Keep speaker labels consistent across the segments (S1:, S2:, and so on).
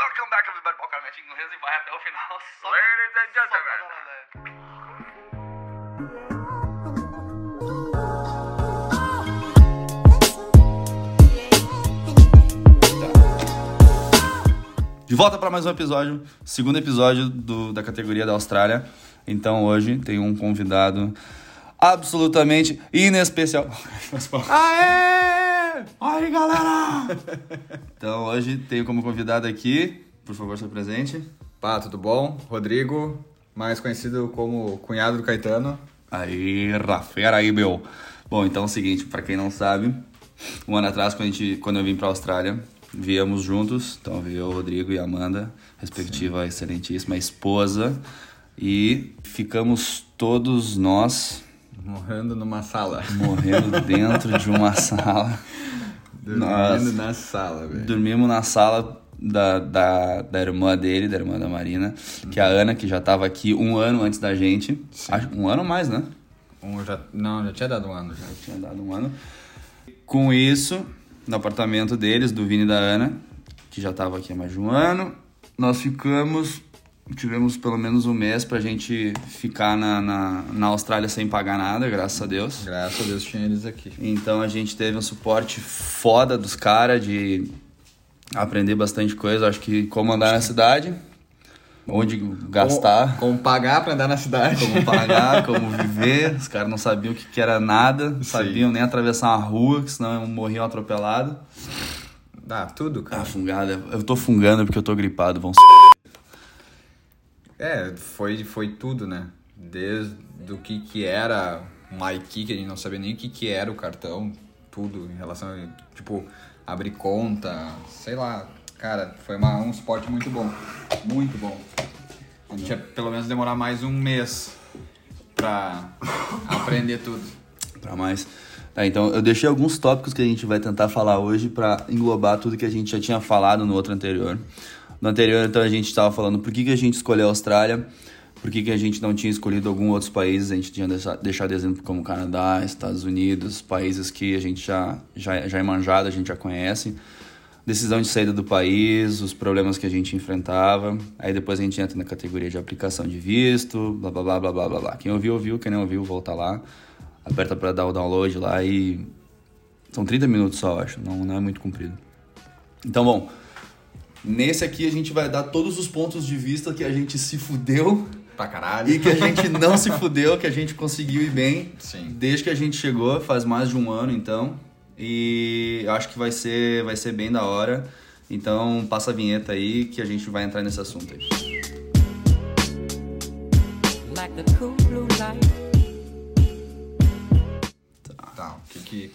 S1: sobre barbalcamente inglês e vai até o final. Só,
S2: Ladies and
S1: só pra
S2: gentlemen.
S1: dar uma ideia.
S3: De volta para mais um episódio, segundo episódio do- da categoria da Austrália. Então hoje tem um convidado absolutamente inespecial. Aê! Aí, galera! Então hoje tenho como convidado aqui, por favor, seu presente.
S4: Pá, tudo bom? Rodrigo, mais conhecido como cunhado do Caetano.
S3: Aí, Rafera aí, meu. Bom, então é o seguinte, pra quem não sabe, um ano atrás, quando, a gente, quando eu vim pra Austrália, viemos juntos. Então veio eu, o Rodrigo e a Amanda, respectiva excelentíssima esposa. E ficamos todos nós
S4: Morrendo numa sala.
S3: morrendo dentro de uma sala.
S4: Dormindo
S3: Nossa.
S4: na sala, velho.
S3: Dormimos na sala da, da, da irmã dele, da irmã da Marina, que é a Ana, que já tava aqui um ano antes da gente. Acho- Um ano ou mais, né?
S4: Um já... Não, já tinha dado um ano. Já.
S3: tinha dado um ano. Com isso, no apartamento deles, do Vini e da Ana, que já tava aqui há mais de um ano, nós ficamos, tivemos pelo menos um mês pra gente ficar na, na, na Austrália sem pagar nada, graças a Deus.
S4: Graças a Deus tinha eles aqui.
S3: Então a gente teve um suporte foda dos caras de aprender bastante coisa, acho que como andar na cidade, onde gastar
S4: Como, como pagar pra andar na cidade.
S3: como pagar, como viver. Os caras não sabiam o que, que era nada, não sabiam nem atravessar uma rua, que senão morriam atropelado.
S4: Ah, tudo,
S3: Ah,
S4: cara.
S3: fungada. Eu tô fungando porque eu tô gripado, vão se...
S4: É, foi, foi tudo, né? Desde o que que era o Maiki, que a gente não sabia nem o que que era o cartão. Tudo em relação a, tipo, abrir conta, sei lá. Cara, foi uma- um suporte muito bom. Muito bom. A gente ia pelo menos demorar mais um mês pra aprender tudo.
S3: Pra mais. Tá, então eu deixei alguns tópicos que a gente vai tentar falar hoje pra englobar tudo que a gente já tinha falado no outro anterior. No anterior, então, a gente estava falando por que, que a gente escolheu a Austrália, por que, que a gente não tinha escolhido algum outros países, a gente tinha deixa- deixado exemplo como Canadá, Estados Unidos, países que a gente já, já, já é manjado, a gente já conhece. Decisão de saída do país, os problemas que a gente enfrentava. Aí depois a gente entra na categoria de aplicação de visto, blá blá blá blá blá blá. blá. Quem ouviu, ouviu, quem não ouviu, volta lá. Aperta pra dar o download lá e. São 30 minutos só, eu acho. Não, não é muito comprido. Então, bom. Nesse aqui a gente vai dar todos os pontos de vista que a gente se fudeu
S4: Pra caralho.
S3: e que a gente não se fudeu, que a gente conseguiu ir bem.
S4: Sim.
S3: Desde que a gente chegou, faz mais de um ano então. E eu acho que vai ser, vai ser bem da hora. Então passa a vinheta aí que a gente vai entrar nesse assunto aí.
S5: like the cool blue light.
S4: Tá, o que que...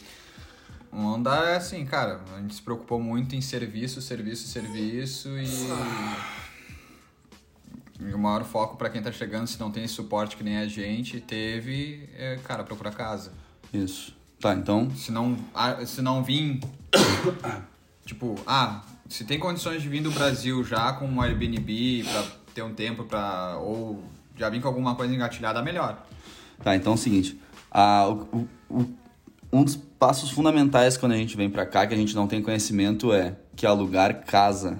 S4: Uma onda é assim, cara, a gente se preocupou muito em serviço, serviço, serviço e... E o maior foco pra quem tá chegando, se não tem esse suporte que nem a gente teve, é, cara, procurar casa.
S3: Isso. Tá, então.
S4: Se não, ah, se não vir, tipo, ah, se tem condições de vir do Brasil já com um Airbnb pra ter um tempo pra... ou já vir com alguma coisa engatilhada, melhor.
S3: Tá, então é o seguinte. a- o- o- o- um dos passos fundamentais quando a gente vem pra cá, que a gente não tem conhecimento, é que alugar casa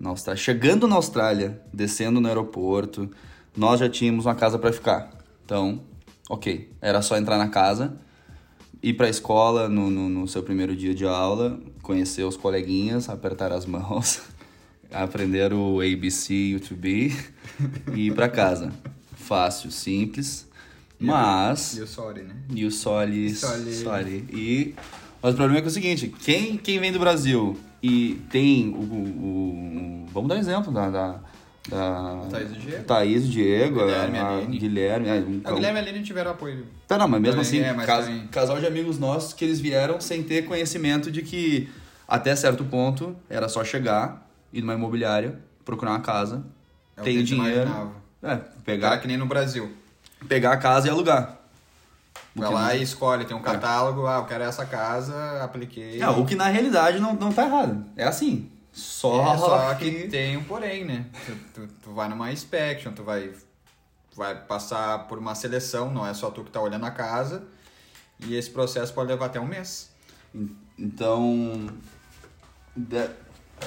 S3: na Austrália. Chegando na Austrália, descendo no aeroporto, nós já tínhamos uma casa pra ficar. Então, ok. Era só entrar na casa, ir pra escola no, no- no seu primeiro dia de aula, conhecer os coleguinhas, apertar as mãos, aprender o ABC e o to be e ir pra casa. Fácil, simples, mas...
S4: E o sorry, né?
S3: E o Soli.
S4: Soli.
S3: Soli. E. Mas o problema é que é o seguinte: quem, quem vem do Brasil e tem o. o- o- vamos dar um exemplo da. da, da-
S4: Thaís e o Diego.
S3: Thaís e o Diego,
S4: Guilherme,
S3: a, a
S4: Aline.
S3: Guilherme. é, um-
S4: A Guilherme e a Aline tiveram apoio.
S3: Tá, não, mas mesmo
S4: Também,
S3: assim,
S4: é, mas
S3: cas-
S4: também-
S3: casal de amigos nossos que eles vieram sem ter conhecimento de que até certo ponto era só chegar, ir numa imobiliária, procurar uma casa,
S4: É o
S3: ter
S4: que a gente
S3: dinheiro.
S4: imaginava.
S3: É,
S4: Cara
S3: pegar,
S4: que nem no Brasil.
S3: pegar a casa e alugar. O
S4: Vai
S3: que
S4: lá
S3: não-
S4: e escolhe, tem um catálogo, ah, eu quero essa casa, apliquei.
S3: É, o que na realidade não, não tá errado. É assim. Só,
S4: É, só que tem um porém, né? Tu, tu- tu vai numa inspection, tu vai, vai passar por uma seleção, não é só tu que tá olhando a casa. E esse processo pode levar até um mês.
S3: En- Então. da-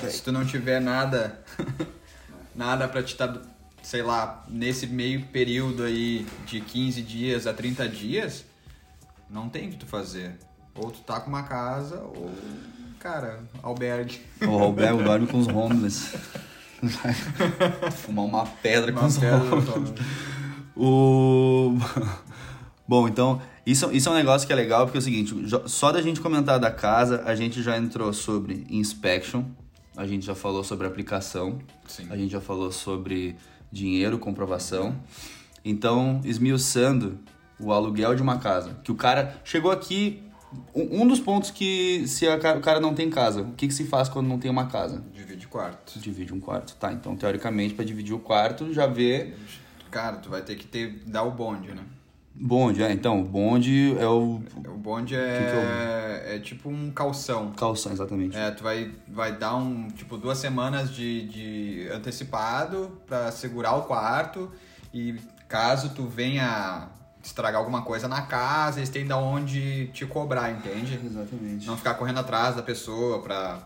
S4: Se tu não tiver nada nada pra te estar, sei lá, nesse meio período aí de 15 dias a 30 dias, não tem o que tu fazer. Ou tu tá com uma casa, ou, cara, albergue.
S3: O Roberto dorme um com os homeless. Fumar uma pedra com
S4: Uma
S3: os
S4: pedra,
S3: homeless.
S4: tô-
S3: O... Bom, então, isso, isso é um negócio que é legal, porque é o seguinte, jo- só da gente comentar da casa, a gente já entrou sobre inspection, a gente já falou sobre aplicação,
S4: Sim.
S3: a gente já falou sobre dinheiro, comprovação. Então, esmiuçando o aluguel de uma casa, que o cara chegou aqui... Um um dos pontos que se a ca- o cara não tem casa, o que, que se faz quando não tem uma casa?
S4: Divide quarto.
S3: Divide um quarto, tá? Então, teoricamente, pra dividir o quarto, já vê
S4: Cara, tu vai ter que ter, dar o bonde, né?
S3: Bonde, é, então, bonde é o
S4: O bonde é,
S3: que
S4: é tipo um calção.
S3: calção, exatamente.
S4: É, tu vai, vai dar um, tipo, duas semanas de, de antecipado pra segurar o quarto e caso tu venha estragar alguma coisa na casa, eles têm da onde te cobrar, entende?
S3: Exatamente.
S4: Não ficar correndo atrás da pessoa pra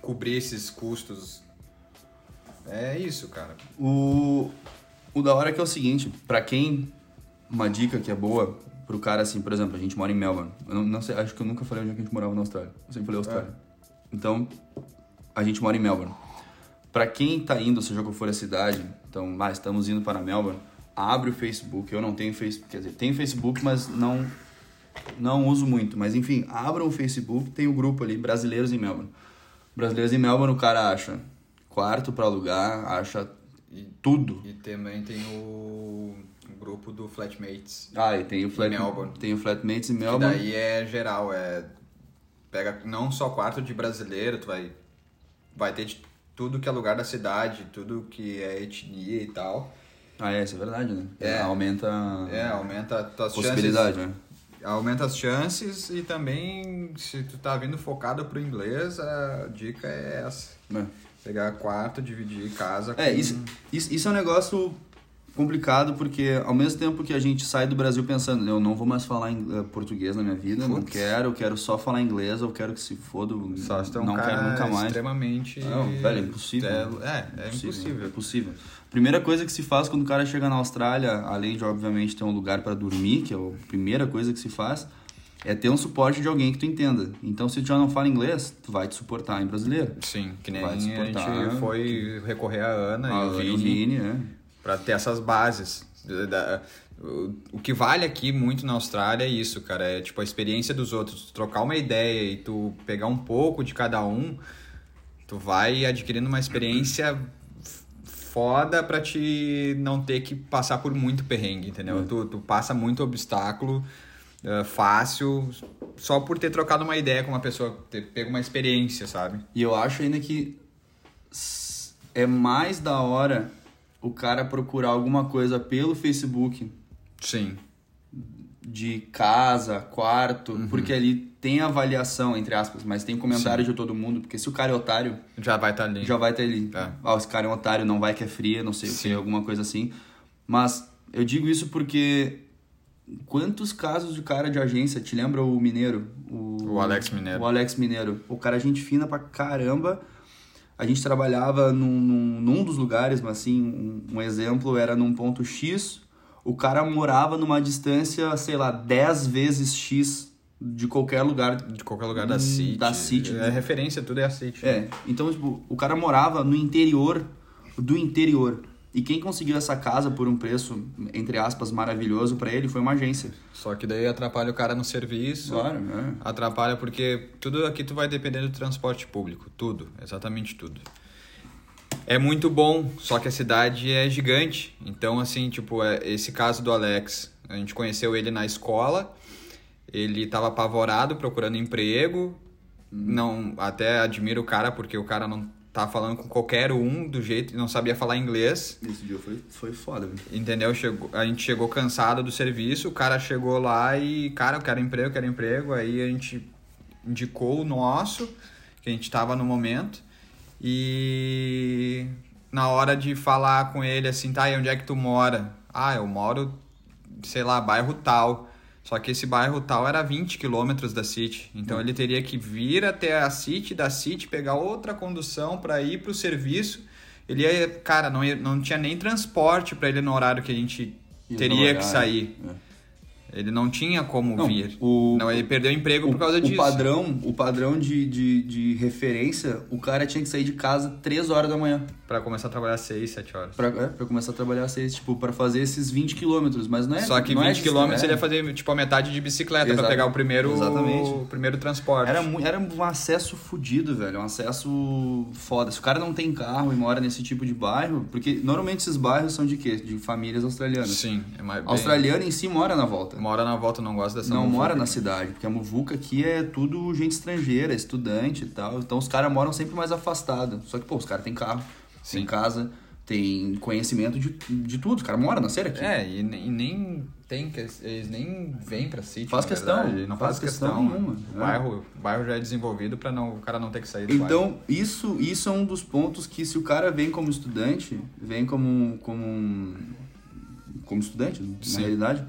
S4: cobrir esses custos. É isso, cara.
S3: O, o da hora é que é o seguinte, pra quem, uma dica que é boa, pro cara assim, por exemplo, a gente mora em Melbourne. Eu não, não sei, acho que eu nunca falei onde é que a gente morava na Austrália. Eu sempre falei Austrália. Então, a gente mora em Melbourne. Pra quem tá indo, seja qual for a cidade, então, ah, estamos indo para Melbourne, abre o Facebook. Eu não tenho Facebook, quer dizer, tenho Facebook, mas não não uso muito, mas enfim, abram o Facebook, tem o grupo ali, Brasileiros em Melbourne. Brasileiros em Melbourne, o cara acha quarto pra alugar, acha tudo.
S4: E também tem o grupo do Flatmates.
S3: Ah, e tem o, flat,
S4: Melbourne.
S3: tem o Flatmates em
S4: Que
S3: Melbourne.
S4: daí é geral, é. Pega não só quarto de brasileiro, tu vai. Vai ter de tudo que é lugar da cidade, tudo que é etnia e tal.
S3: Ah, é, isso é verdade, né?
S4: É.
S3: Aumenta
S4: É, aumenta as
S3: a
S4: tuas
S3: possibilidade,
S4: chances.
S3: né?
S4: Aumenta as chances e também, se tu tá vindo focado pro inglês, a dica é essa.
S3: É.
S4: Pegar quarto, dividir casa.
S3: É,
S4: com-
S3: isso, isso, isso é um negócio complicado porque ao mesmo tempo que a gente sai do Brasil pensando, eu não vou mais falar ing- eh, português na minha vida, não
S4: Putz.
S3: quero, eu quero só falar inglês, eu quero que se foda,
S4: Só se tu é um
S3: não
S4: cara
S3: quero nunca mais.
S4: extremamente...
S3: Não, velho, é impossível.
S4: É, é, impossível.
S3: É possível. Primeira coisa que se faz quando o cara chega na Austrália, além de obviamente ter um lugar pra dormir, que é a primeira coisa que se faz, é ter um suporte de alguém que tu entenda. Então se tu já não fala inglês, tu vai te suportar em brasileiro.
S4: Sim, que nem
S3: Vai
S4: a gente
S3: suportar.
S4: foi recorrer à Ana
S3: Ah,
S4: e
S3: o
S4: ao Vini,
S3: Vini, né?
S4: pra ter essas bases. Da- da- o- O que vale aqui muito na Austrália é isso, cara. É tipo a experiência dos outros. Tu trocar uma ideia e tu pegar um pouco de cada um, tu vai adquirindo uma experiência f- foda pra te não ter que passar por muito perrengue,
S3: Uhum.
S4: entendeu? Tu, tu passa muito obstáculo eh, fácil só por ter trocado uma ideia com uma pessoa, ter pego uma experiência, sabe?
S3: E eu acho ainda que s- é mais da hora o cara procurar alguma coisa pelo Facebook
S4: Sim.
S3: de casa, quarto, porque ali tem avaliação, entre aspas, mas tem comentário de todo mundo, porque se o cara é otário,
S4: Já vai estar ali.
S3: já vai ter ali.
S4: É.
S3: Ah, esse cara é um otário, não vai que é fria, não sei o que,
S4: Sim.
S3: alguma coisa assim. Mas eu digo isso porque quantos casos de cara de agência, te lembra o Mineiro? O,
S4: O Alex Mineiro.
S3: O Alex Mineiro. O cara é gente fina pra caramba. A gente trabalhava num, num, num dos lugares, mas assim, um, um exemplo era num ponto X. O cara morava numa distância, sei lá, 10 vezes X de qualquer lugar
S4: De qualquer lugar da
S3: Hum,
S4: City.
S3: da City.
S4: É referência, tudo é a City.
S3: É, então, tipo, o cara morava no interior do interior. E quem conseguiu essa casa por um preço, entre aspas, maravilhoso pra ele foi uma agência.
S4: Só que daí atrapalha o cara no serviço.
S3: né?
S4: Atrapalha porque tudo aqui tu vai depender do transporte público. Tudo, exatamente tudo. É muito bom, só que a cidade é gigante. Então, assim, tipo, é- esse caso do Alex, a gente conheceu ele na escola, ele tava apavorado procurando emprego.
S3: Hum.
S4: Não, até admiro o cara, porque o cara não tá falando com qualquer um do jeito, não sabia falar inglês.
S3: Esse dia foi, foi foda, velho.
S4: Entendeu? Chegou, a gente chegou cansado do serviço, o cara chegou lá e, cara, eu quero emprego, eu quero emprego. Aí a gente indicou o nosso, que a gente tava no momento, e na hora de falar com ele assim, tá, e onde é que tu mora? Ah, eu moro, sei lá, bairro tal. Só que esse bairro tal era 20 quilômetros da City. Então ele teria que vir até a City, da City pegar outra condução para ir pro serviço. Ele ia, cara, não, ia- não tinha nem transporte pra ele no horário que a gente
S3: Ia
S4: teria
S3: trabalhar,
S4: que sair.
S3: né?
S4: Ele não tinha como
S3: Não,
S4: vir.
S3: o-
S4: não, ele perdeu o emprego
S3: O,
S4: por causa
S3: o
S4: disso.
S3: padrão, o padrão de, de, de referência, o cara tinha que sair de casa 3 horas da manhã
S4: Pra começar a trabalhar 6, 7 horas.
S3: pra, é, pra começar a trabalhar às seis, tipo, pra fazer esses 20 quilômetros, mas não é...
S4: Só que
S3: não é
S4: 20 km ele
S3: é.
S4: ia fazer tipo a metade de bicicleta
S3: Exato.
S4: pra pegar o primeiro,
S3: Exatamente.
S4: o primeiro transporte.
S3: Era, mu- era um acesso fudido, velho. Um acesso foda. Se o cara não tem carro e mora nesse tipo de bairro, porque normalmente esses bairros são de quê? De famílias australianas.
S4: Sim, é mais bem-
S3: Australiano em si mora na volta.
S4: Mora na volta, não gosta dessa
S3: não
S4: muvuca. né?
S3: mora na cidade, porque a muvuca aqui é tudo gente estrangeira, estudante e tal. Então os caras moram sempre mais afastados. Só que, pô, os caras têm carro, têm casa, têm conhecimento de, de tudo. Os caras moram, nasceram aqui.
S4: É, e nem, e nem tem, que- eles nem vêm pra sítio.
S3: Faz
S4: na
S3: questão,
S4: verdade, não faz,
S3: faz questão
S4: né?
S3: nenhuma,
S4: O
S3: é.
S4: bairro, o bairro já é desenvolvido pra não, o cara não ter que sair do bairro.
S3: Então, isso, isso é um dos pontos que se o cara vem como estudante, vem como um- como um- como estudante, na
S4: Sim.
S3: realidade,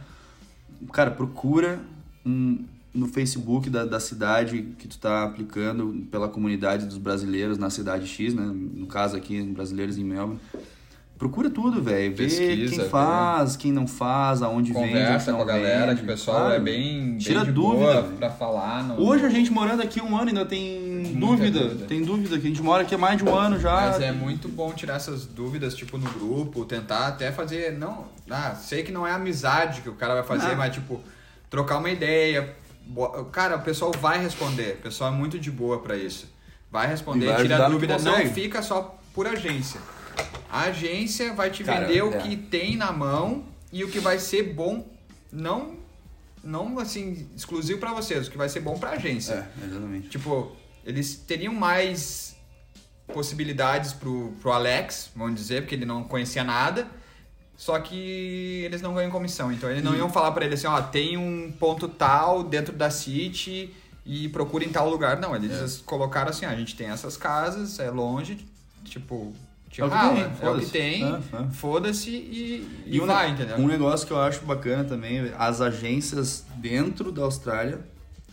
S3: cara, procura um- no Facebook da, da cidade que tu tá aplicando pela comunidade dos brasileiros na cidade X, né? No caso aqui, brasileiros em Melbourne. Procura tudo, velho. Vê
S4: Pesquisa,
S3: quem
S4: vê.
S3: faz, quem não faz, aonde vende, aonde
S4: Conversa
S3: não
S4: com a galera,
S3: vende,
S4: que o pessoal
S3: claro.
S4: é bem, bem
S3: Tira
S4: de
S3: dúvida,
S4: boa
S3: velho.
S4: pra falar. não-
S3: Hoje a gente morando aqui um ano ainda tem
S4: Muita
S3: dúvida,
S4: dúvida.
S3: Tem dúvida, que a gente mora aqui há mais de um ano já.
S4: Mas é muito bom tirar essas dúvidas, tipo, no grupo, tentar até fazer. Não, ah, sei que não é amizade que o cara vai fazer,
S3: Não.
S4: mas, tipo, trocar uma ideia. bo- Cara, o pessoal vai responder. O pessoal é muito de boa pra isso. Vai
S3: E
S4: responder,
S3: vai
S4: tira
S3: ajudar
S4: a
S3: no que
S4: dúvida. Não
S3: consegue.
S4: fica só por agência. A agência vai te
S3: Cara,
S4: vender o
S3: é.
S4: que tem na mão e o que vai ser bom, não, não assim, exclusivo pra vocês, o que vai ser bom pra agência.
S3: É, exatamente.
S4: Tipo, eles teriam mais possibilidades pro, pro Alex, vamos dizer, porque ele não conhecia nada. Só que eles não ganham comissão, então eles não iam falar pra ele assim, ó, tem um ponto tal dentro da City e procura em tal lugar. Não,
S3: É.
S4: eles colocaram assim, ó, a gente tem essas casas, é longe, tipo, te
S3: É o que
S4: rala,
S3: tem,
S4: é o que
S3: foda-se.
S4: tem,
S3: É, é.
S4: foda-se e, e,
S3: um,
S4: vai,
S3: ne-
S4: entendeu?
S3: um negócio que eu acho bacana também, as agências dentro da Austrália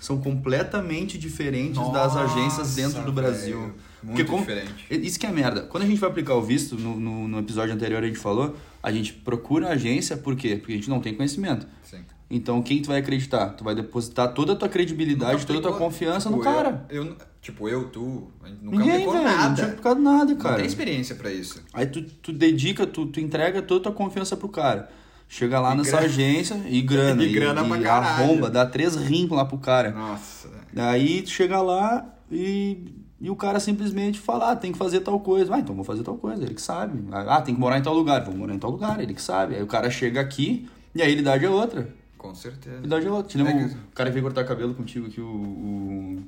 S3: são completamente diferentes das
S4: Nossa,
S3: agências dentro do Brasil.
S4: velho.
S3: Porque
S4: Muito
S3: como-
S4: diferente.
S3: Isso que é merda. Quando a gente vai aplicar o visto, no, no- no episódio anterior a gente falou, a gente procura a agência, por quê? Porque a gente não tem conhecimento.
S4: Sim.
S3: Então quem tu vai acreditar? Tu vai depositar toda a tua credibilidade, toda a tua confiança no
S4: Tipo, eu-
S3: cara.
S4: Eu, tipo, eu, tu, a gente nunca
S3: Ninguém,
S4: aplicou
S3: velho, não
S4: nada.
S3: tinha aplicado nada,
S4: Não
S3: cara.
S4: tem experiência pra isso.
S3: Aí tu, tu dedica, tu, tu entrega toda a tua confiança pro cara. Chega lá nessa
S4: grana.
S3: agência e grana.
S4: E grana pra
S3: e
S4: caralho.
S3: arromba, dá três rins lá pro cara.
S4: Nossa.
S3: Daí tu chega lá e, e o cara simplesmente fala, ah, tem que fazer tal coisa. Ah, então vou fazer tal coisa, ele que sabe. Ah, tem que morar em tal lugar, vou morar em tal lugar, ele que sabe. Aí o cara chega aqui e a realidade é outra.
S4: Com
S3: A
S4: certeza.
S3: realidade é outra. Te lembra
S4: É
S3: o,
S4: que-
S3: o cara que veio cortar cabelo contigo aqui, o, o-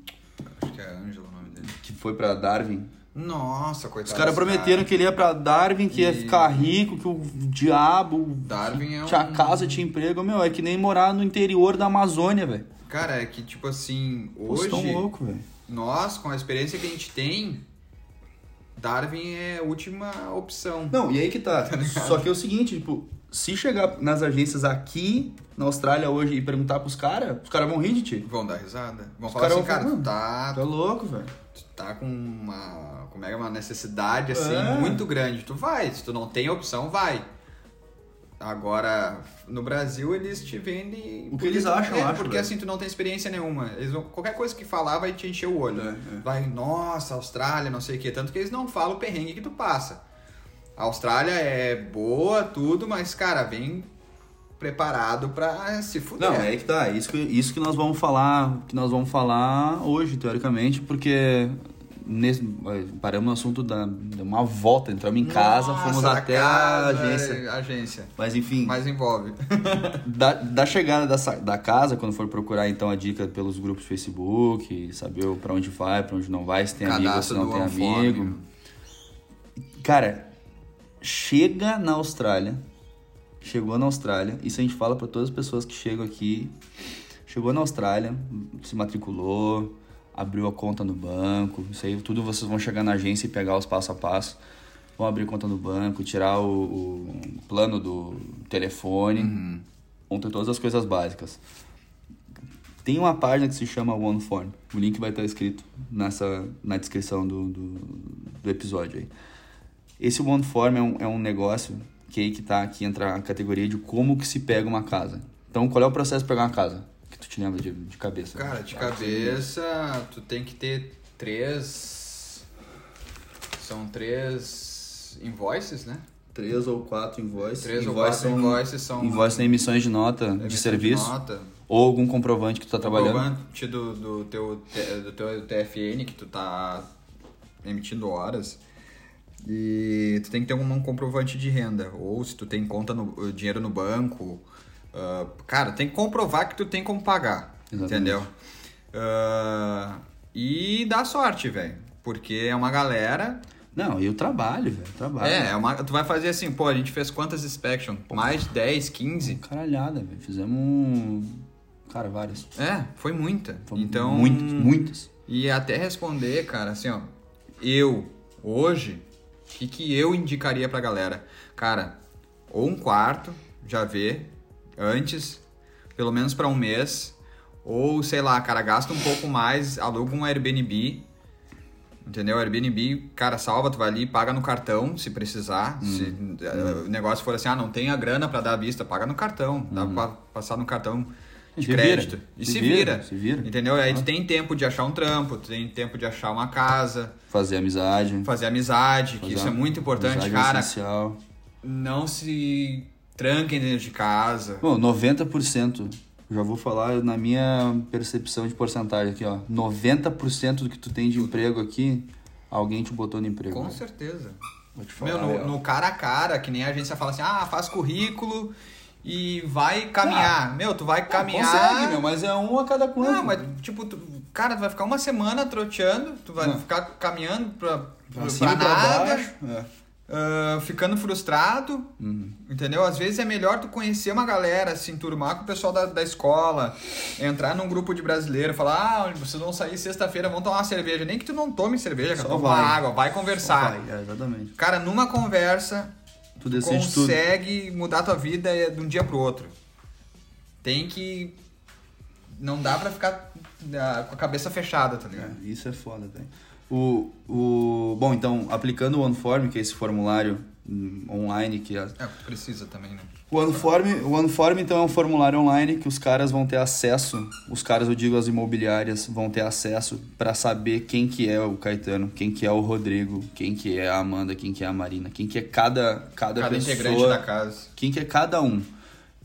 S4: Acho que é Ângelo o nome dele.
S3: que foi pra Darwin?
S4: Nossa,
S3: Os
S4: coitado.
S3: caras
S4: desse
S3: prometeram
S4: cara.
S3: que ele ia pra Darwin, que ia
S4: E-
S3: ficar rico, que o diabo
S4: Darwin é um-
S3: tinha casa, tinha emprego. Meu, é que nem morar no interior da Amazônia, velho.
S4: Cara, é que tipo assim,
S3: Vocês
S4: hoje,
S3: tão louco, velho.
S4: nós, com a experiência que a gente tem, Darwin é a última opção.
S3: Não, e aí que tá. Só que é o seguinte, tipo, se chegar nas agências aqui na Austrália hoje e perguntar pros caras, os caras vão rir de ti.
S4: Vão dar risada. Vão
S3: Os é
S4: falar
S3: caras
S4: assim,
S3: vão
S4: cara,
S3: falar,
S4: tu tá,
S3: Tá louco, velho.
S4: tu tá com uma, como é, que é, uma necessidade assim
S3: É.
S4: muito grande, tu vai. Se tu não tem opção, vai. Agora, no Brasil eles te vendem
S3: O que eles acham,
S4: é,
S3: eu acho,
S4: porque
S3: velho.
S4: assim tu não tem experiência nenhuma. Eles vão- qualquer coisa que falar vai te encher o olho.
S3: É, é.
S4: Vai, nossa, Austrália, não sei o quê, tanto que eles não falam o perrengue que tu passa. A Austrália é boa, tudo, mas cara, vem preparado pra se fuder.
S3: Não, é aí que tá. Isso que, isso que nós vamos falar, que nós vamos falar hoje, teoricamente, porque nesse, paramos no assunto da, de uma volta, entramos em casa,
S4: Nossa,
S3: fomos
S4: da
S3: até a
S4: casa, é,
S3: agência.
S4: agência.
S3: Mas enfim,
S4: Mas envolve.
S3: da, da chegada da, sa- da casa, quando for procurar então a dica pelos grupos de Facebook, saber o- pra onde vai, pra onde não vai, se tem amigo, se
S4: Cadastro
S3: não
S4: do
S3: tem
S4: Anfone.
S3: amigo. Cara, chega na Austrália, chegou na Austrália, isso a gente fala pra todas as pessoas que chegam aqui. Chegou na Austrália, se matriculou, abriu a conta no banco, isso aí tudo vocês vão chegar na agência e pegar os passo a passo. Vão abrir conta no banco, tirar o, o plano do telefone,
S4: Uhum.
S3: vão ter todas as coisas básicas. Tem uma página que se chama OneForm. O link vai estar escrito nessa, na descrição do, do, do episódio aí. Esse One Form é um, é um negócio que aí que tá, que entra a categoria de como que se pega uma casa. Então, qual é o processo pra pegar uma casa? Que tu te lembra de, de cabeça.
S4: Cara, de cabeça, tu tem que ter três. São três invoices, né?
S3: Três ou quatro invoices.
S4: Trêce ou quatro invoices são-
S3: Invoice na emissões de nota de
S4: Emissão
S3: serviço.
S4: nota.
S3: Ou algum comprovante que tu tá trabalhando.
S4: Comprovante do, do, teu, T- do teu TFN que tu tá emitindo horas. E tu tem que ter um, um comprovante de renda. Ou se tu tem conta no, eh, dinheiro no banco. ah, cara, tem que comprovar que tu tem como pagar.
S3: Exatamente.
S4: Entendeu? Ah, e dá sorte, velho. Porque é uma galera.
S3: Não, e o trabalho, velho. Trabalho.
S4: É, é uma, tu vai fazer assim, pô, a gente fez quantas inspection? Mais de 10, 15?
S3: Caralhada, velho. Fizemos. um- Cara, várias.
S4: É, foi muita.
S3: Foi
S4: então,
S3: Muitas, muitas.
S4: E até responder, cara, assim, ó. Eu, hoje, o que, que eu indicaria pra galera? Cara, ou um quarto, já vê, antes, pelo menos pra um mês. Ou, sei lá, cara, gasta um pouco mais, aluga um Airbnb. Entendeu? Airbnb, cara, salva, tu vai ali, paga no cartão, se precisar. Se
S3: Hum.
S4: eh, o negócio for assim, ah, não tem a grana pra dar à vista, paga no cartão. Dá pra passar no cartão de
S3: Uhum. Se vira,
S4: crédito. E
S3: se
S4: se
S3: vira,
S4: vira,
S3: se vira. Ah.
S4: Entendeu? Aí tu tem tempo de achar um trampo, tu tem tempo de achar uma casa,
S3: Fazer amizade.
S4: fazer amizade, que
S3: fazer
S4: isso é
S3: uma-
S4: muito importante,
S3: amizade
S4: cara.
S3: Essencial.
S4: Não se tranquem dentro de casa.
S3: Bom, 90%. Já vou falar na minha percepção de porcentagem aqui, ó. 90% do que tu tem de emprego aqui, alguém te botou no emprego.
S4: Com
S3: velho.
S4: certeza.
S3: Vou te falar, Ah,
S4: Meu, no,
S3: velho.
S4: no cara a cara, que nem a agência fala assim, ah, faz currículo e vai caminhar. meu, tu vai caminhar.
S3: Ah. Consegue, meu, mas é um a cada quanto.
S4: Não, mas tipo, tu, cara, tu vai ficar uma semana troteando, tu vai ficar caminhando pra, pra,
S3: cima e pra
S4: nada,
S3: baixo, é.
S4: ah, ficando frustrado,
S3: Uhum.
S4: entendeu? Às vezes é melhor tu conhecer uma galera, se enturmar com o pessoal da, da escola, entrar num grupo de brasileiro, falar, ah, vocês vão sair sexta-feira, vão tomar uma cerveja. Nem que tu não tome cerveja, cara,
S3: Só
S4: toma
S3: vai.
S4: água, vai conversar.
S3: Vai, é, exatamente.
S4: Cara, numa conversa,
S3: Tu decide tudo.
S4: consegue mudar tua vida é, de um dia pro outro. Tem que. Não dá pra ficar ah, com a cabeça fechada, tá ligado?
S3: É, isso é foda, velho. O, o, bom, então, aplicando o OneForm, que é esse formulário hum, online que as,
S4: É, precisa também, né?
S3: O OneForm, o OneForm, então, é um formulário online que os caras vão ter acesso, os caras, eu digo, as imobiliárias vão ter acesso para saber quem que é o Caetano, quem que é o Rodrigo, quem que é a Amanda, quem que é a Marina, quem que é cada, cada,
S4: Cada
S3: pessoa,
S4: integrante da casa.
S3: quem que é cada um.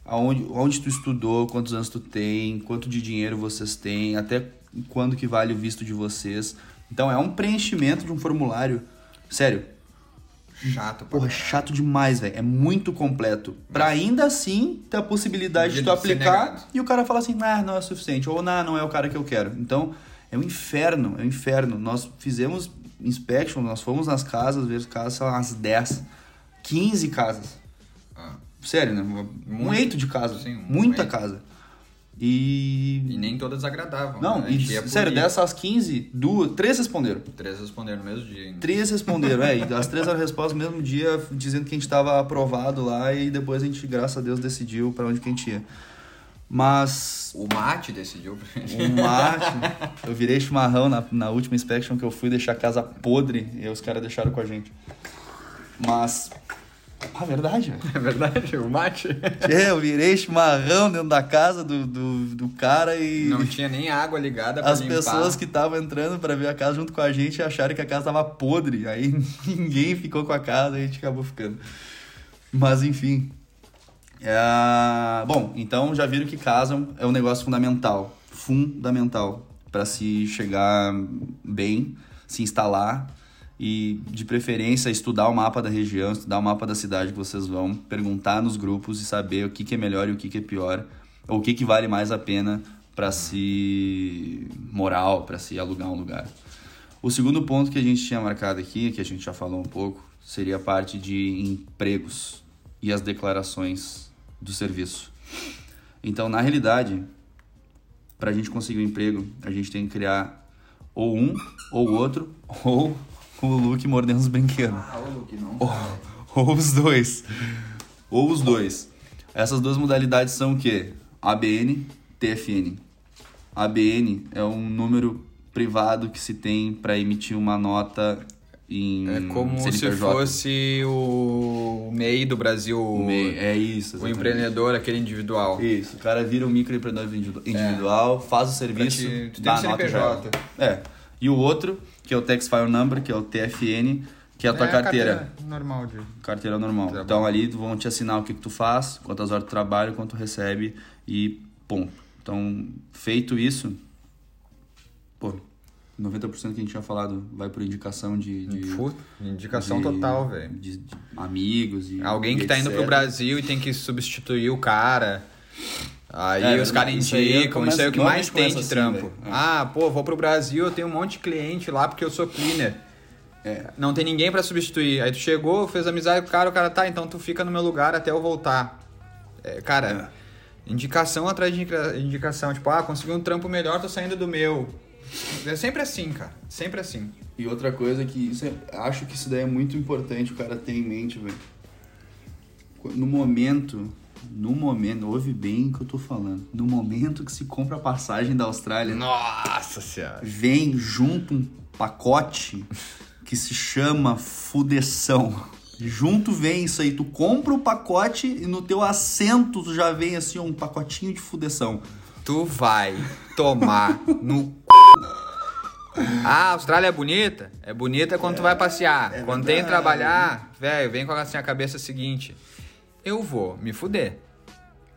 S3: Aonde, onde tu estudou, quantos anos tu tem, quanto de dinheiro vocês têm, até quando que vale o visto de vocês. Então, é um preenchimento de um formulário, sério,
S4: Chato,
S3: Porra, é chato demais, velho. É muito completo. Pra ainda assim ter a possibilidade de,
S4: De
S3: tu
S4: ser negado.
S3: aplicar e o cara fala assim, ah, não é suficiente. Ou, não, não é o cara que eu quero. Então, é um inferno, é um inferno. Nós fizemos inspection, nós fomos nas casas, ver as casas, sei lá, umas 10, 15 casas.
S4: Ah,
S3: Sério, né? Um
S4: Muito.
S3: eito de casa.
S4: Sim, um
S3: muita
S4: eito.
S3: casa.
S4: e
S3: E.
S4: nem todas agradavam.
S3: Não,
S4: né?
S3: e,
S4: Tinha por
S3: sério,
S4: dia.
S3: dessas 15, duas, três responderam.
S4: Três responderam no mesmo dia. ainda.
S3: Três responderam, é, e as três eram respostas no mesmo dia, dizendo que a gente estava aprovado lá, e depois a gente, graças a Deus, decidiu para onde que a gente ia. Mas
S4: O Mate decidiu pra gente.
S3: o mate, eu virei chimarrão na, na última inspection que eu fui deixar a casa podre, e aí os caras deixaram com a gente. Mas. Ah, verdade, velho.
S4: É verdade, o Mate.
S3: É, eu virei chimarrão dentro da casa do, do, do cara e.
S4: Não tinha nem água ligada pra
S3: As
S4: limpar.
S3: pessoas que estavam entrando pra ver a casa junto com a gente acharam que a casa tava podre. Aí ninguém ficou com a casa e a gente acabou ficando. Mas enfim. É, Bom, então já viram que casa é um negócio fundamental. Fundamental. pra se chegar bem, se instalar e, de preferência, estudar o mapa da região, estudar o mapa da cidade que vocês vão, perguntar nos grupos e saber o que, que é melhor e o que, que é pior, ou o que, que vale mais a pena pra se moral, pra se alugar um lugar. O segundo ponto que a gente tinha marcado aqui, que a gente já falou um pouco, seria a parte de empregos e as declarações do serviço. Então, na realidade, para a gente conseguir um emprego, a gente tem que criar ou um, ou outro, ou o Luke mordendo os brinquedos.
S4: Ah, ô, Luke, não.
S3: Ou, ou os dois. Ou os dois. Essas duas modalidades são o quê? ABN, TFN. ABN é um número privado que se tem para emitir uma nota em
S4: É como se
S3: CNPJ.
S4: fosse o MEI do Brasil,
S3: O MEI, É isso,
S4: o
S3: exatamente.
S4: empreendedor, aquele individual.
S3: Isso, o cara vira um microempreendedor individu- individual, faz o serviço,
S4: É. Pra te- tu tem um
S3: dá
S4: o
S3: nota já.
S4: CNPJ.
S3: É. E o outro, que é o Tax File Number, que é o TFN, que é a tua
S4: É
S3: carteira.
S4: normal de.
S3: Carteira normal.
S4: Trabalho.
S3: Então ali vão te assinar o que, que tu faz, quantas horas tu trabalha, quanto tu recebe e ponto. Então, feito isso, pô, 90% que a gente tinha falado vai por indicação de. de
S4: Puta, indicação
S3: de-
S4: total, velho.
S3: De, de amigos e.
S4: Alguém que
S3: e
S4: tá indo pro
S3: etc.
S4: Brasil e tem que substituir o cara. Aí
S3: É,
S4: os
S3: não,
S4: caras
S3: isso aí
S4: indicam,
S3: começa-
S4: isso aí é o que
S3: normalmente
S4: mais tem de
S3: começa assim,
S4: trampo.
S3: velho. É.
S4: Ah, pô, vou pro Brasil, eu tenho um monte de cliente lá porque eu sou cleaner.
S3: É.
S4: Não tem ninguém pra substituir. Aí tu chegou, fez amizade com o cara, o cara tá, então tu fica no meu lugar até eu voltar. É, cara,
S3: É.
S4: indicação atrás de indica- indicação. Tipo, ah, consegui um trampo melhor, tô saindo do meu. É sempre assim, cara. Sempre assim.
S3: E outra coisa que isso é- acho que isso daí é muito importante o cara ter em mente, velho. Qu- No momento, no momento, ouve bem o que eu tô falando. No momento que se compra a passagem da Austrália,
S4: Nossa senhora.
S3: vem junto um pacote que se chama fudeção. Junto vem isso aí, tu compra o pacote e no teu assento tu já vem assim ó, um pacotinho de fudeção.
S4: Tu vai tomar no c... Ah, a Austrália é bonita? É bonita quando tu vai passear.
S3: É
S4: quando tem que trabalhar, velho, vem com assim, a cabeça seguinte. Eu vou me fuder.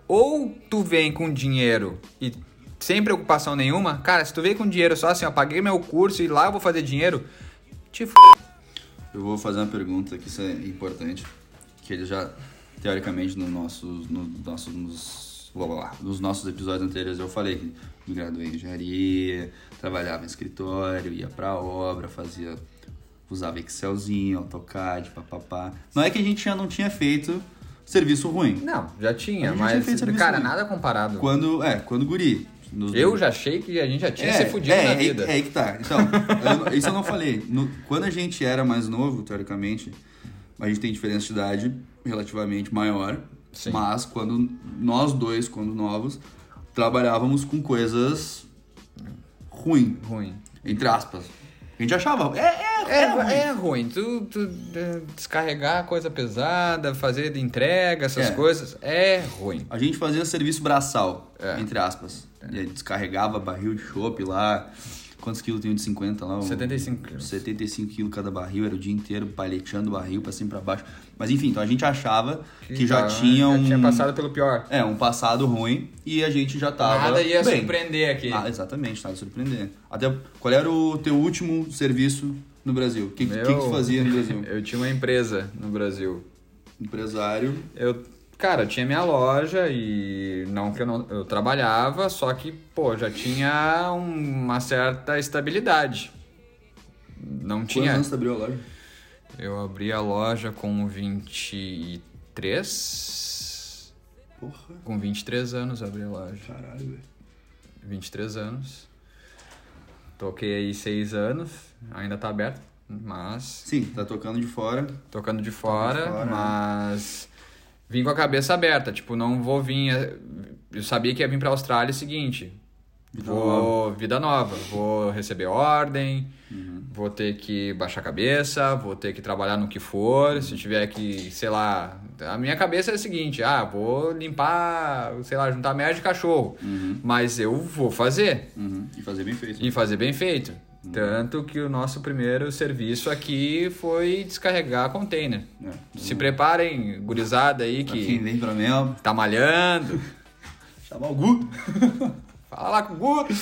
S4: Ou tu vem com dinheiro e sem preocupação nenhuma. Cara, se tu vem com dinheiro só assim, ó, paguei meu curso e lá eu vou fazer dinheiro, te f...
S3: Eu vou fazer uma pergunta que isso é importante, que ele já teoricamente no nossos no nossos nos, blá, blá, blá, nos nossos episódios anteriores eu falei que me graduei em engenharia, trabalhava em escritório, ia pra obra, fazia usava Excelzinho, AutoCAD, papapá. Não é que a gente já não tinha feito serviço ruim.
S4: Não, já tinha,
S3: A gente já
S4: mas
S3: fez serviço
S4: cara,
S3: ruim.
S4: nada comparado.
S3: Quando, é, quando guri. Nos-
S4: Eu já achei que a gente já tinha se fudido
S3: é,
S4: na
S3: é,
S4: vida.
S3: É, aí que tá. Então, eu- isso eu não falei. No- quando a gente era mais novo, teoricamente, a gente tem diferença de idade relativamente maior.
S4: Sim.
S3: Mas quando nós dois, quando novos, trabalhávamos com coisas ruim,
S4: Ruim.
S3: entre aspas. A gente achava. É, é,
S4: É, é ruim. Tu, tu, eh, descarregar coisa pesada, fazer de entrega, essas
S3: É.
S4: coisas, é ruim.
S3: A gente fazia serviço braçal,
S4: É.
S3: entre aspas. E aí descarregava barril de chopp lá. Quantos quilos tem o de 50 lá? Um O-
S4: 75 quilos.
S3: 75 quilos cada barril, era o dia inteiro paleteando o barril pra cima e pra baixo. Mas enfim, então a gente achava que, já, tinha um.
S4: Então, tinha passado pelo pior.
S3: É, um passado ruim e a gente já tava.
S4: Nada ia
S3: bem.
S4: surpreender aqui.
S3: Ah, exatamente, nada surpreendendo. Até qual era o teu último serviço no Brasil? O que, que,
S4: Meu-
S3: que tu fazia no Brasil?
S4: Eu tinha uma empresa no Brasil.
S3: Empresário.
S4: Eu, cara, eu tinha minha loja e não que eu não eu trabalhava, só que, pô, já tinha um- uma certa estabilidade. Não
S3: Quantos
S4: tinha.
S3: anos tu abriu a loja?
S4: Eu abri a loja com 23.
S3: Porra,
S4: Com 23 anos eu abri a loja.
S3: caralho, velho.
S4: 23 anos. Toquei aí 6 anos, ainda tá aberto, mas.
S3: Sim, tá tocando de fora.
S4: Tocando de fora,
S3: fora, né?
S4: mas. Vim com a cabeça aberta, tipo, não vou vir. eh, Eu sabia que ia vir pra Austrália é o seguinte. vou. Vida nova. Uhum. Vou receber ordem, vou ter que baixar a cabeça, vou ter que trabalhar no que for. Se tiver que, sei lá. A minha cabeça é a seguinte: ah, vou limpar, sei lá, juntar merda de cachorro. Mas eu vou fazer
S3: Uhum. E fazer bem feito.
S4: e fazer bem feito. Tanto que o nosso primeiro serviço aqui foi descarregar container.
S3: É.
S4: Se preparem, gurizada aí
S3: Pra Quem
S4: que
S3: vem pra Mel,
S4: tá malhando.
S3: chamar o Gu.
S4: Fala lá com o Guto.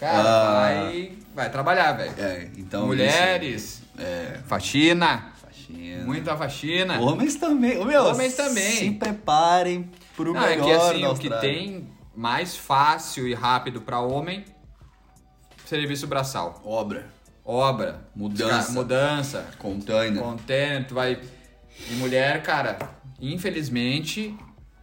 S4: Cara,
S3: Ah.
S4: vai, vai trabalhar, velho.
S3: É, então.
S4: Mulheres,
S3: É,
S4: faxina,
S3: faxina.
S4: muita faxina.
S3: Homens também. Ô, meu,
S4: Homens também.
S3: Se preparem pro
S4: Não, é
S3: melhor
S4: que assim,
S3: da
S4: o que
S3: Austrália.
S4: tem mais fácil e rápido pra homem, serviço braçal.
S3: Obra,
S4: Obra,
S3: Mudança.
S4: desca- mudança,
S3: container.
S4: container, tu vai. E mulher, cara, infelizmente,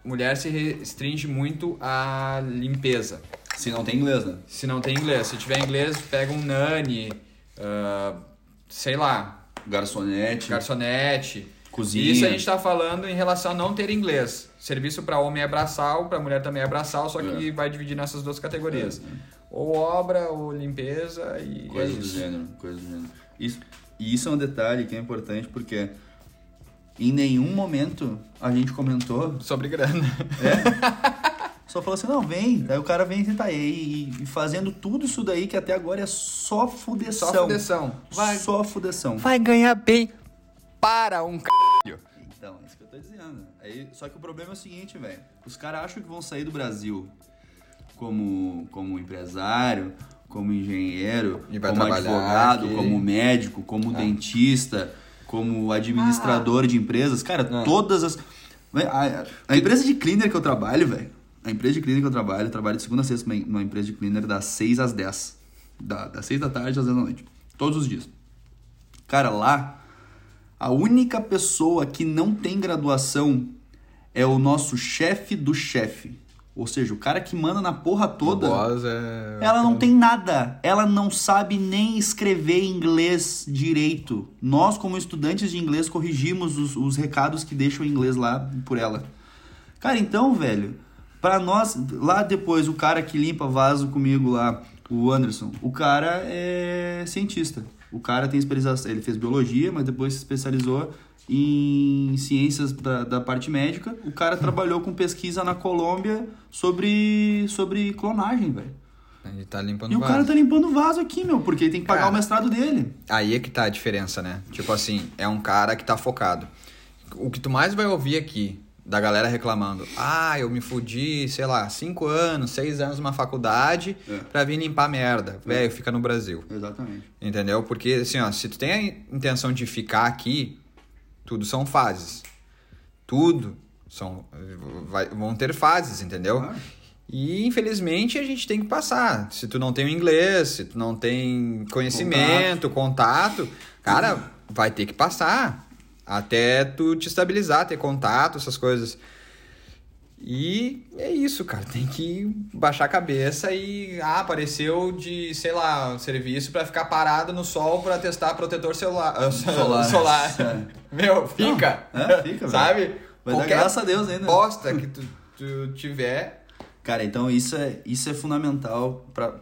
S4: mulher se restringe muito à limpeza.
S3: Se não tem inglês, né?
S4: Se não tem inglês, se tiver inglês, pega um nani, ah, sei lá,
S3: Garçonete.
S4: garçonete.
S3: Tipo, Cozinha.
S4: Isso a gente tá falando em relação a não ter inglês. Serviço pra homem é braçal, pra mulher também é braçal, só que
S3: É.
S4: vai dividir nessas duas categorias. Ou obra, ou limpeza e é
S3: Coisas do
S4: isso.
S3: gênero. Coisas do gênero. Isso. E isso é um detalhe que é importante porque em nenhum momento a gente comentou,
S4: Sobre grana.
S3: só falou assim, não, vem. Daí o cara vem e tenta aí, e, e fazendo tudo isso daí que até agora é só fudeção.
S4: Só fudeção. Vai,
S3: Só fudeção.
S4: vai ganhar bem para um c...
S3: Então, é isso que eu tô dizendo. Aí, só que o problema é o seguinte, velho. Os caras acham que vão sair do Brasil como, como empresário, como engenheiro,
S4: E vai
S3: como
S4: trabalhar
S3: advogado,
S4: aqui. Ah.
S3: como médico, como dentista, como administrador de empresas. Cara,
S4: Ah.
S3: todas as. Véi, A, a empresa de cleaner que eu trabalho, velho. A empresa de cleaner que eu trabalho, eu trabalho de segunda a sexta numa- numa empresa de cleaner das 6 às 10. Da, das 6 da tarde às 10 da noite. Todos os dias. Cara, lá, a única pessoa que não tem graduação é o nosso chefe do chefe. Ou seja, o cara que manda na porra toda.
S4: Voz é-
S3: Ela não tem nada. Ela não sabe nem escrever inglês direito. Nós, como estudantes de inglês, corrigimos os, os recados que deixam em inglês lá por ela. Cara, então, velho, pra nós, lá depois, o cara que limpa vaso comigo lá, o Anderson, o cara é cientista. O cara tem especialização. Ele fez biologia, mas depois se especializou em ciências da, da parte médica. O cara trabalhou com pesquisa na Colômbia sobre, sobre clonagem, velho.
S4: Ele tá limpando
S3: E o
S4: vaso.
S3: cara tá limpando o vaso aqui, meu, porque ele tem que pagar
S4: Cara.
S3: o mestrado dele.
S4: Aí é que tá a diferença, né? Tipo assim, é um cara que tá focado. O que tu mais vai ouvir aqui da galera reclamando, ah, eu me fudi, sei lá, cinco anos, seis anos numa faculdade
S3: É.
S4: pra vir limpar merda. Velho, fica no Brasil.
S3: Exatamente.
S4: Entendeu? Porque, assim, ó, se tu tem a intenção de ficar aqui, tudo são fases. Tudo são, vai- vão ter fases, entendeu?
S3: Claro.
S4: E, infelizmente, a gente tem que passar. Se tu não tem o inglês, se tu não tem conhecimento, contato, cara, vai ter que passar. Até tu te estabilizar, ter contato, essas coisas. E é isso, cara. Tem que baixar a cabeça e. Ah, apareceu de, sei lá, um serviço pra ficar parado no sol pra testar protetor celular. ah,
S3: Solar.
S4: solar.
S3: É.
S4: Meu, fica.
S3: Não, é, fica, velho.
S4: Sabe?
S3: Vai dar graça a Deus ainda. né?
S4: Bosta que tu, tu tiver.
S3: Cara, então isso é, isso é fundamental pra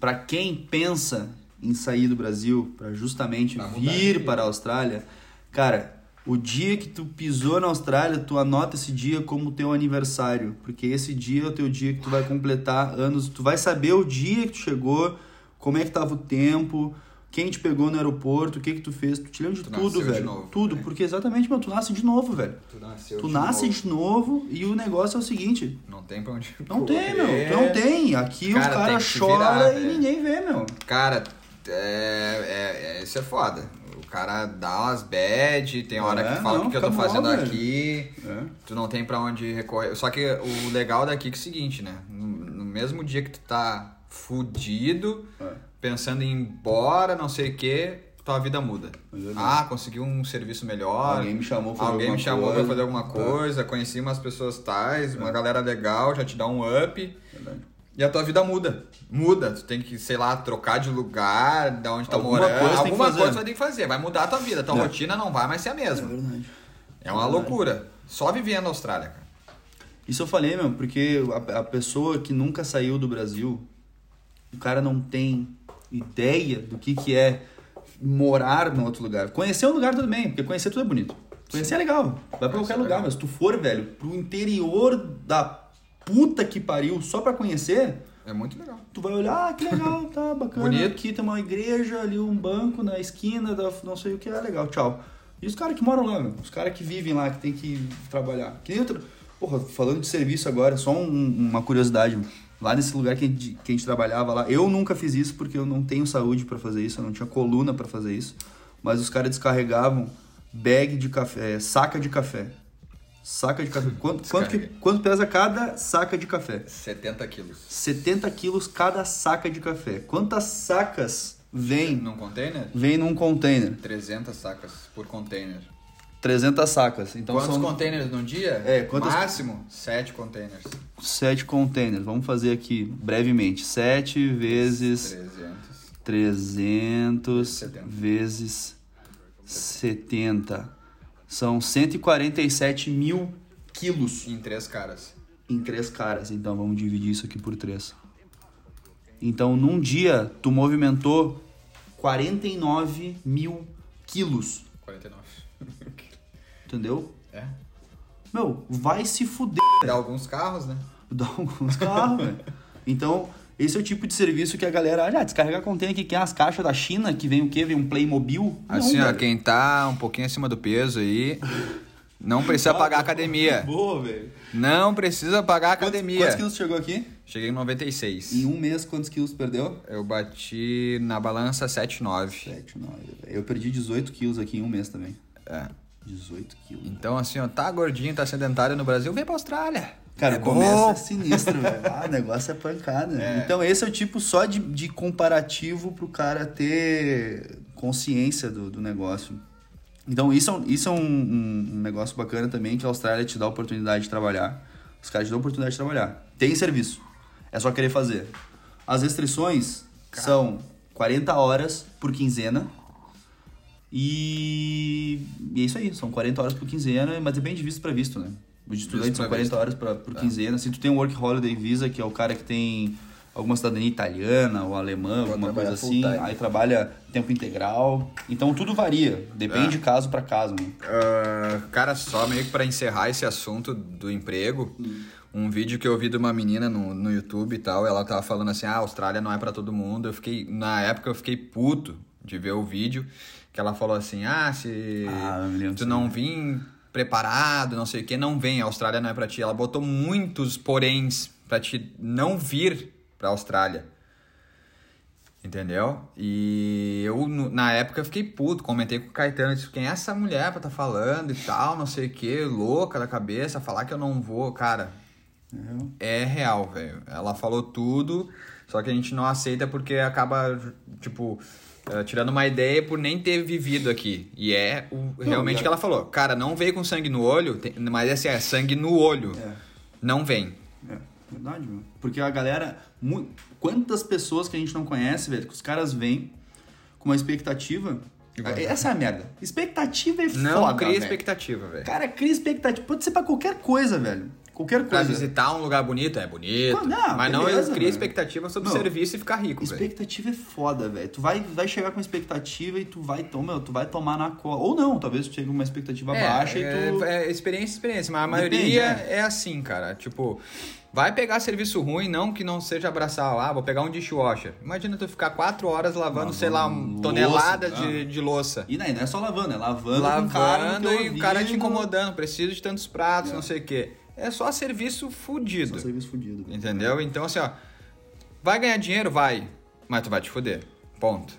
S3: pra quem pensa em sair do Brasil, pra justamente
S4: Pra mudar de
S3: vir
S4: vida.
S3: para a Austrália. Cara, o dia que tu pisou na Austrália, tu anota esse dia como teu aniversário, porque esse dia é o teu dia que tu vai completar anos, tu vai saber o dia que tu chegou, como é que tava o tempo, quem te pegou no aeroporto, o que que tu fez, tu te lembra de
S4: Tu
S3: tudo,
S4: nasceu de
S3: velho.
S4: novo,
S3: tudo,
S4: né?
S3: porque exatamente, mano, tu nasce de novo, velho.
S4: Tu nasceu.
S3: Tu nasce de novo e o negócio é o seguinte,
S4: Não tem pra onde.
S3: não tem, meu.
S4: correr.
S3: Tu não tem. Aqui
S4: é. Cara,
S3: os
S4: tem que
S3: caras
S4: se
S3: choram
S4: virar,
S3: e
S4: velho.
S3: ninguém vê, meu.
S4: Cara, é, é, é- isso é foda. O cara dá umas bad, tem hora
S3: É,
S4: que fala
S3: não,
S4: o que eu tô
S3: fica mal,
S4: fazendo
S3: velho."
S4: aqui.
S3: É.
S4: Tu não tem pra onde recorrer. Só que o legal daqui é, que é o seguinte, né? No, no mesmo dia que tu tá fudido,
S3: É.
S4: pensando em ir embora, não sei o que, tua vida muda.
S3: É verdade.
S4: ah, consegui um serviço melhor.
S3: Alguém me chamou pra fazer
S4: Alguém me
S3: alguma
S4: chamou
S3: coisa. Tá. É.
S4: pra fazer alguma coisa, conheci umas pessoas tais, uma galera legal, já te dá um up. E a tua vida muda. Muda. Tu tem que, sei lá, trocar de lugar, da onde tá
S3: Alguma
S4: morando.
S3: coisa tem que
S4: Alguma
S3: fazer.
S4: coisa tu vai ter que fazer. Vai mudar a tua vida. Tua
S3: É.
S4: rotina não vai mais ser a mesma.
S3: verdade.
S4: É uma loucura. Só vivendo na Austrália, cara.
S3: Isso eu falei, meu, porque a, a pessoa que nunca saiu do Brasil, o cara não tem ideia do que, que é morar num outro lugar. Conhecer um lugar tudo bem, porque conhecer tudo é bonito. Conhecer é legal. Vai pra qualquer
S4: é
S3: lugar,
S4: legal.
S3: mas se tu for, velho, pro interior da puta que pariu só pra conhecer,
S4: É muito legal.
S3: Tu vai olhar, ah, que legal, tá bacana.
S4: Bonito.
S3: Aqui tem uma igreja, ali um banco na esquina, da, não sei o que, é legal, tchau. E os caras que moram lá, meu? Os caras que vivem lá, que tem que trabalhar. Que nem eu tra- Porra, falando de serviço agora, só um- uma curiosidade. Lá nesse lugar que a, gente, que a gente trabalhava lá, eu nunca fiz isso porque eu não tenho saúde pra fazer isso, eu não tinha coluna pra fazer isso. Mas os caras descarregavam bag de café, eh, saca de café. Saca de café. Quanto, quanto, que-
S4: Descarrega.
S3: quanto pesa cada saca de café?
S4: 70 quilos.
S3: 70 quilos cada saca de café. Quantas sacas vem,
S4: Num container?
S3: vem num container?
S4: 300 sacas por container.
S3: 300 sacas. Então
S4: quantos
S3: são
S4: containers num dia?
S3: É, quantas-
S4: Máximo 7 containers.
S3: 7 containers. Vamos fazer aqui brevemente. 7 vezes
S4: 300.
S3: 300
S4: 70.
S3: vezes 70. São 147 mil quilos
S4: Em três caras.
S3: em três caras. Então vamos dividir isso aqui por três. Então num dia tu movimentou 49 mil quilos,
S4: 49.
S3: entendeu?
S4: É.
S3: Meu, vai se fuder.
S4: Dá alguns carros, né?
S3: Dá alguns carros, velho. Então, esse é o tipo de serviço que a galera. Ah, descarregar container que quer as caixas da China, que vem o quê? Vem um Playmobil? Não,
S4: Assim, ó,
S3: velho.
S4: quem tá um pouquinho acima do peso aí, não precisa pagar a academia.
S3: Boa, velho.
S4: Não precisa pagar a
S3: Quantos-
S4: academia.
S3: Quantos quilos chegou aqui?
S4: Cheguei em 96.
S3: Em um mês, quantos quilos perdeu?
S4: Eu bati na balança 7,9.
S3: 7, 9. Eu perdi 18 quilos aqui em um mês também.
S4: É.
S3: 18 quilos.
S4: Então, assim, ó, tá gordinho, tá sedentário no Brasil, vem pra Austrália.
S3: Cara,
S4: é
S3: o começo
S4: bom.
S3: é sinistro, velho. Ah, o negócio é pancada. né? Então, esse é o tipo só de, de comparativo pro cara ter consciência do, do negócio. Então, isso é, um, isso é um, um- um negócio bacana também, que a Austrália te dá a oportunidade de trabalhar. Os caras te dão a oportunidade de trabalhar. Tem serviço. É só querer fazer. As restrições são 40 horas por quinzena. E, e é isso aí, são 40 horas por quinzena, mas depende de visto pra visto, né? Os estudantes
S4: pra
S3: são 40
S4: visto. É.
S3: horas pra, por quinzena. Se tu tem um Work Holiday Visa, que é o cara que tem alguma cidadania italiana ou alemã, alguma
S4: trabalhar
S3: coisa
S4: full
S3: assim,
S4: time.
S3: aí trabalha tempo integral. Então tudo varia, depende
S4: É.
S3: de caso pra caso, né? mano.
S4: Ah, cara, só meio que pra encerrar esse assunto do emprego, um vídeo que eu vi de uma menina no, no YouTube e tal, ela tava falando assim, ah, a Austrália não é pra todo mundo. Eu fiquei, na época eu fiquei puto de ver o vídeo, que ela falou assim, ah, se
S3: Ah, eu me lembro
S4: tu
S3: disso
S4: não vir preparado, não sei o que, não vem, a Austrália não é pra ti. Ela botou muitos poréns pra te não vir pra Austrália. Entendeu? E eu, no- na época, eu fiquei puto. Comentei com o Caetano, disse, quem é essa mulher pra tá falando e tal, não sei o que, louca da cabeça, falar que eu não vou. Cara, é real, velho. Ela falou tudo, só que a gente não aceita porque acaba, tipo, eh, tirando uma ideia por nem ter vivido aqui. E é o, realmente o que ela falou. Cara, não veio com sangue no olho, tem- mas assim, é sangue no olho.
S3: É.
S4: Não vem.
S3: É, verdade, meu. Porque a galera. mu- Quantas pessoas que a gente não conhece, velho, que os caras vêm com uma expectativa.
S4: Igual.
S3: Essa é a merda. Expectativa é
S4: Não
S3: foda.
S4: cria
S3: velho.
S4: expectativa, velho.
S3: Cara, cria expectativa. Pode ser pra qualquer coisa, velho. Qualquer
S4: Pra
S3: coisa.
S4: visitar um lugar bonito, é bonito.
S3: Ah, não,
S4: mas não
S3: beleza,
S4: cria
S3: velho.
S4: expectativa sobre
S3: Não.
S4: serviço e ficar rico, velho.
S3: Expectativa é foda, velho. Tu vai, vai chegar com expectativa e tu vai, tom- meu, tu vai tomar na cola. Ou não, talvez tu chegue com uma expectativa baixa
S4: é,
S3: e tu.
S4: é experiência, experiência. Mas a
S3: Depende,
S4: maioria
S3: é.
S4: é. assim, cara. Tipo, vai pegar serviço ruim, não que não seja abraçar lá, vou pegar um dishwasher. Imagina tu ficar quatro horas lavando, sei lá, um
S3: louça,
S4: tonelada
S3: tá?
S4: de, de louça.
S3: E daí, não é só lavando, é lavando, com cara no
S4: Lavando
S3: teu
S4: e o cara te
S3: ouvido.
S4: incomodando, preciso de tantos pratos, não sei o quê. É só serviço
S3: Só
S4: fudido.
S3: serviço fudido. velho.
S4: Entendeu? Então, assim, ó. Vai ganhar dinheiro? Vai. Mas tu vai te fuder. Ponto.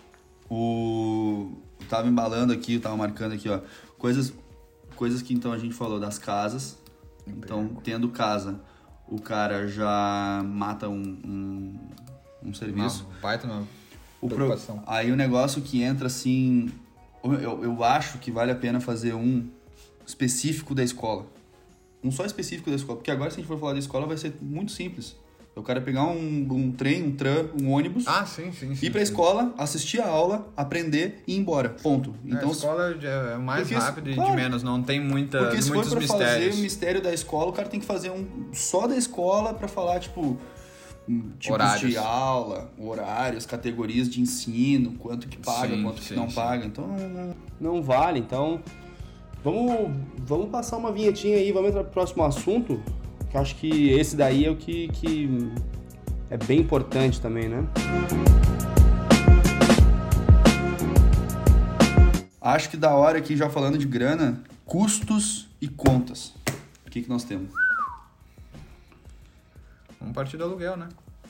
S3: O. Eu tava embalando aqui, eu tava marcando aqui, ó. Coisas, coisas que então a gente falou das casas. Então, tendo casa, o cara já mata um, um, um serviço.
S4: Uma Ah, baita uma
S3: O pro-
S4: preocupação.
S3: Aí o negócio que entra assim. Eu, eu acho que vale a pena fazer um específico da escola. Um só específico da escola. Porque agora, se a gente for falar da escola, vai ser muito simples. Eu quero pegar um, um trem, um tram, um ônibus
S4: Ah, sim, sim, sim.
S3: ir pra
S4: sim.
S3: escola, assistir a aula, aprender e ir embora. Ponto.
S4: É,
S3: Então,
S4: a escola é mais
S3: Porque se-
S4: rápida e
S3: claro.
S4: de menos, não tem muita,
S3: porque se for
S4: muitos
S3: pra
S4: mistérios.
S3: fazer o mistério da escola, o cara tem que fazer um só da escola pra falar, tipo, hum, tipos
S4: Horários.
S3: de aula, horários, categorias de ensino, quanto que paga,
S4: Sim,
S3: quanto que
S4: sim,
S3: não
S4: sim.
S3: paga. Então, não- não-
S2: não vale. Então, vamos, vamos passar uma vinhetinha aí, vamos entrar pro próximo assunto, que eu acho que esse daí é o que, que é bem importante também, né?
S3: acho que da hora aqui, já falando de grana, custos e contas. O que, que nós temos?
S4: Vamos partir do aluguel, né?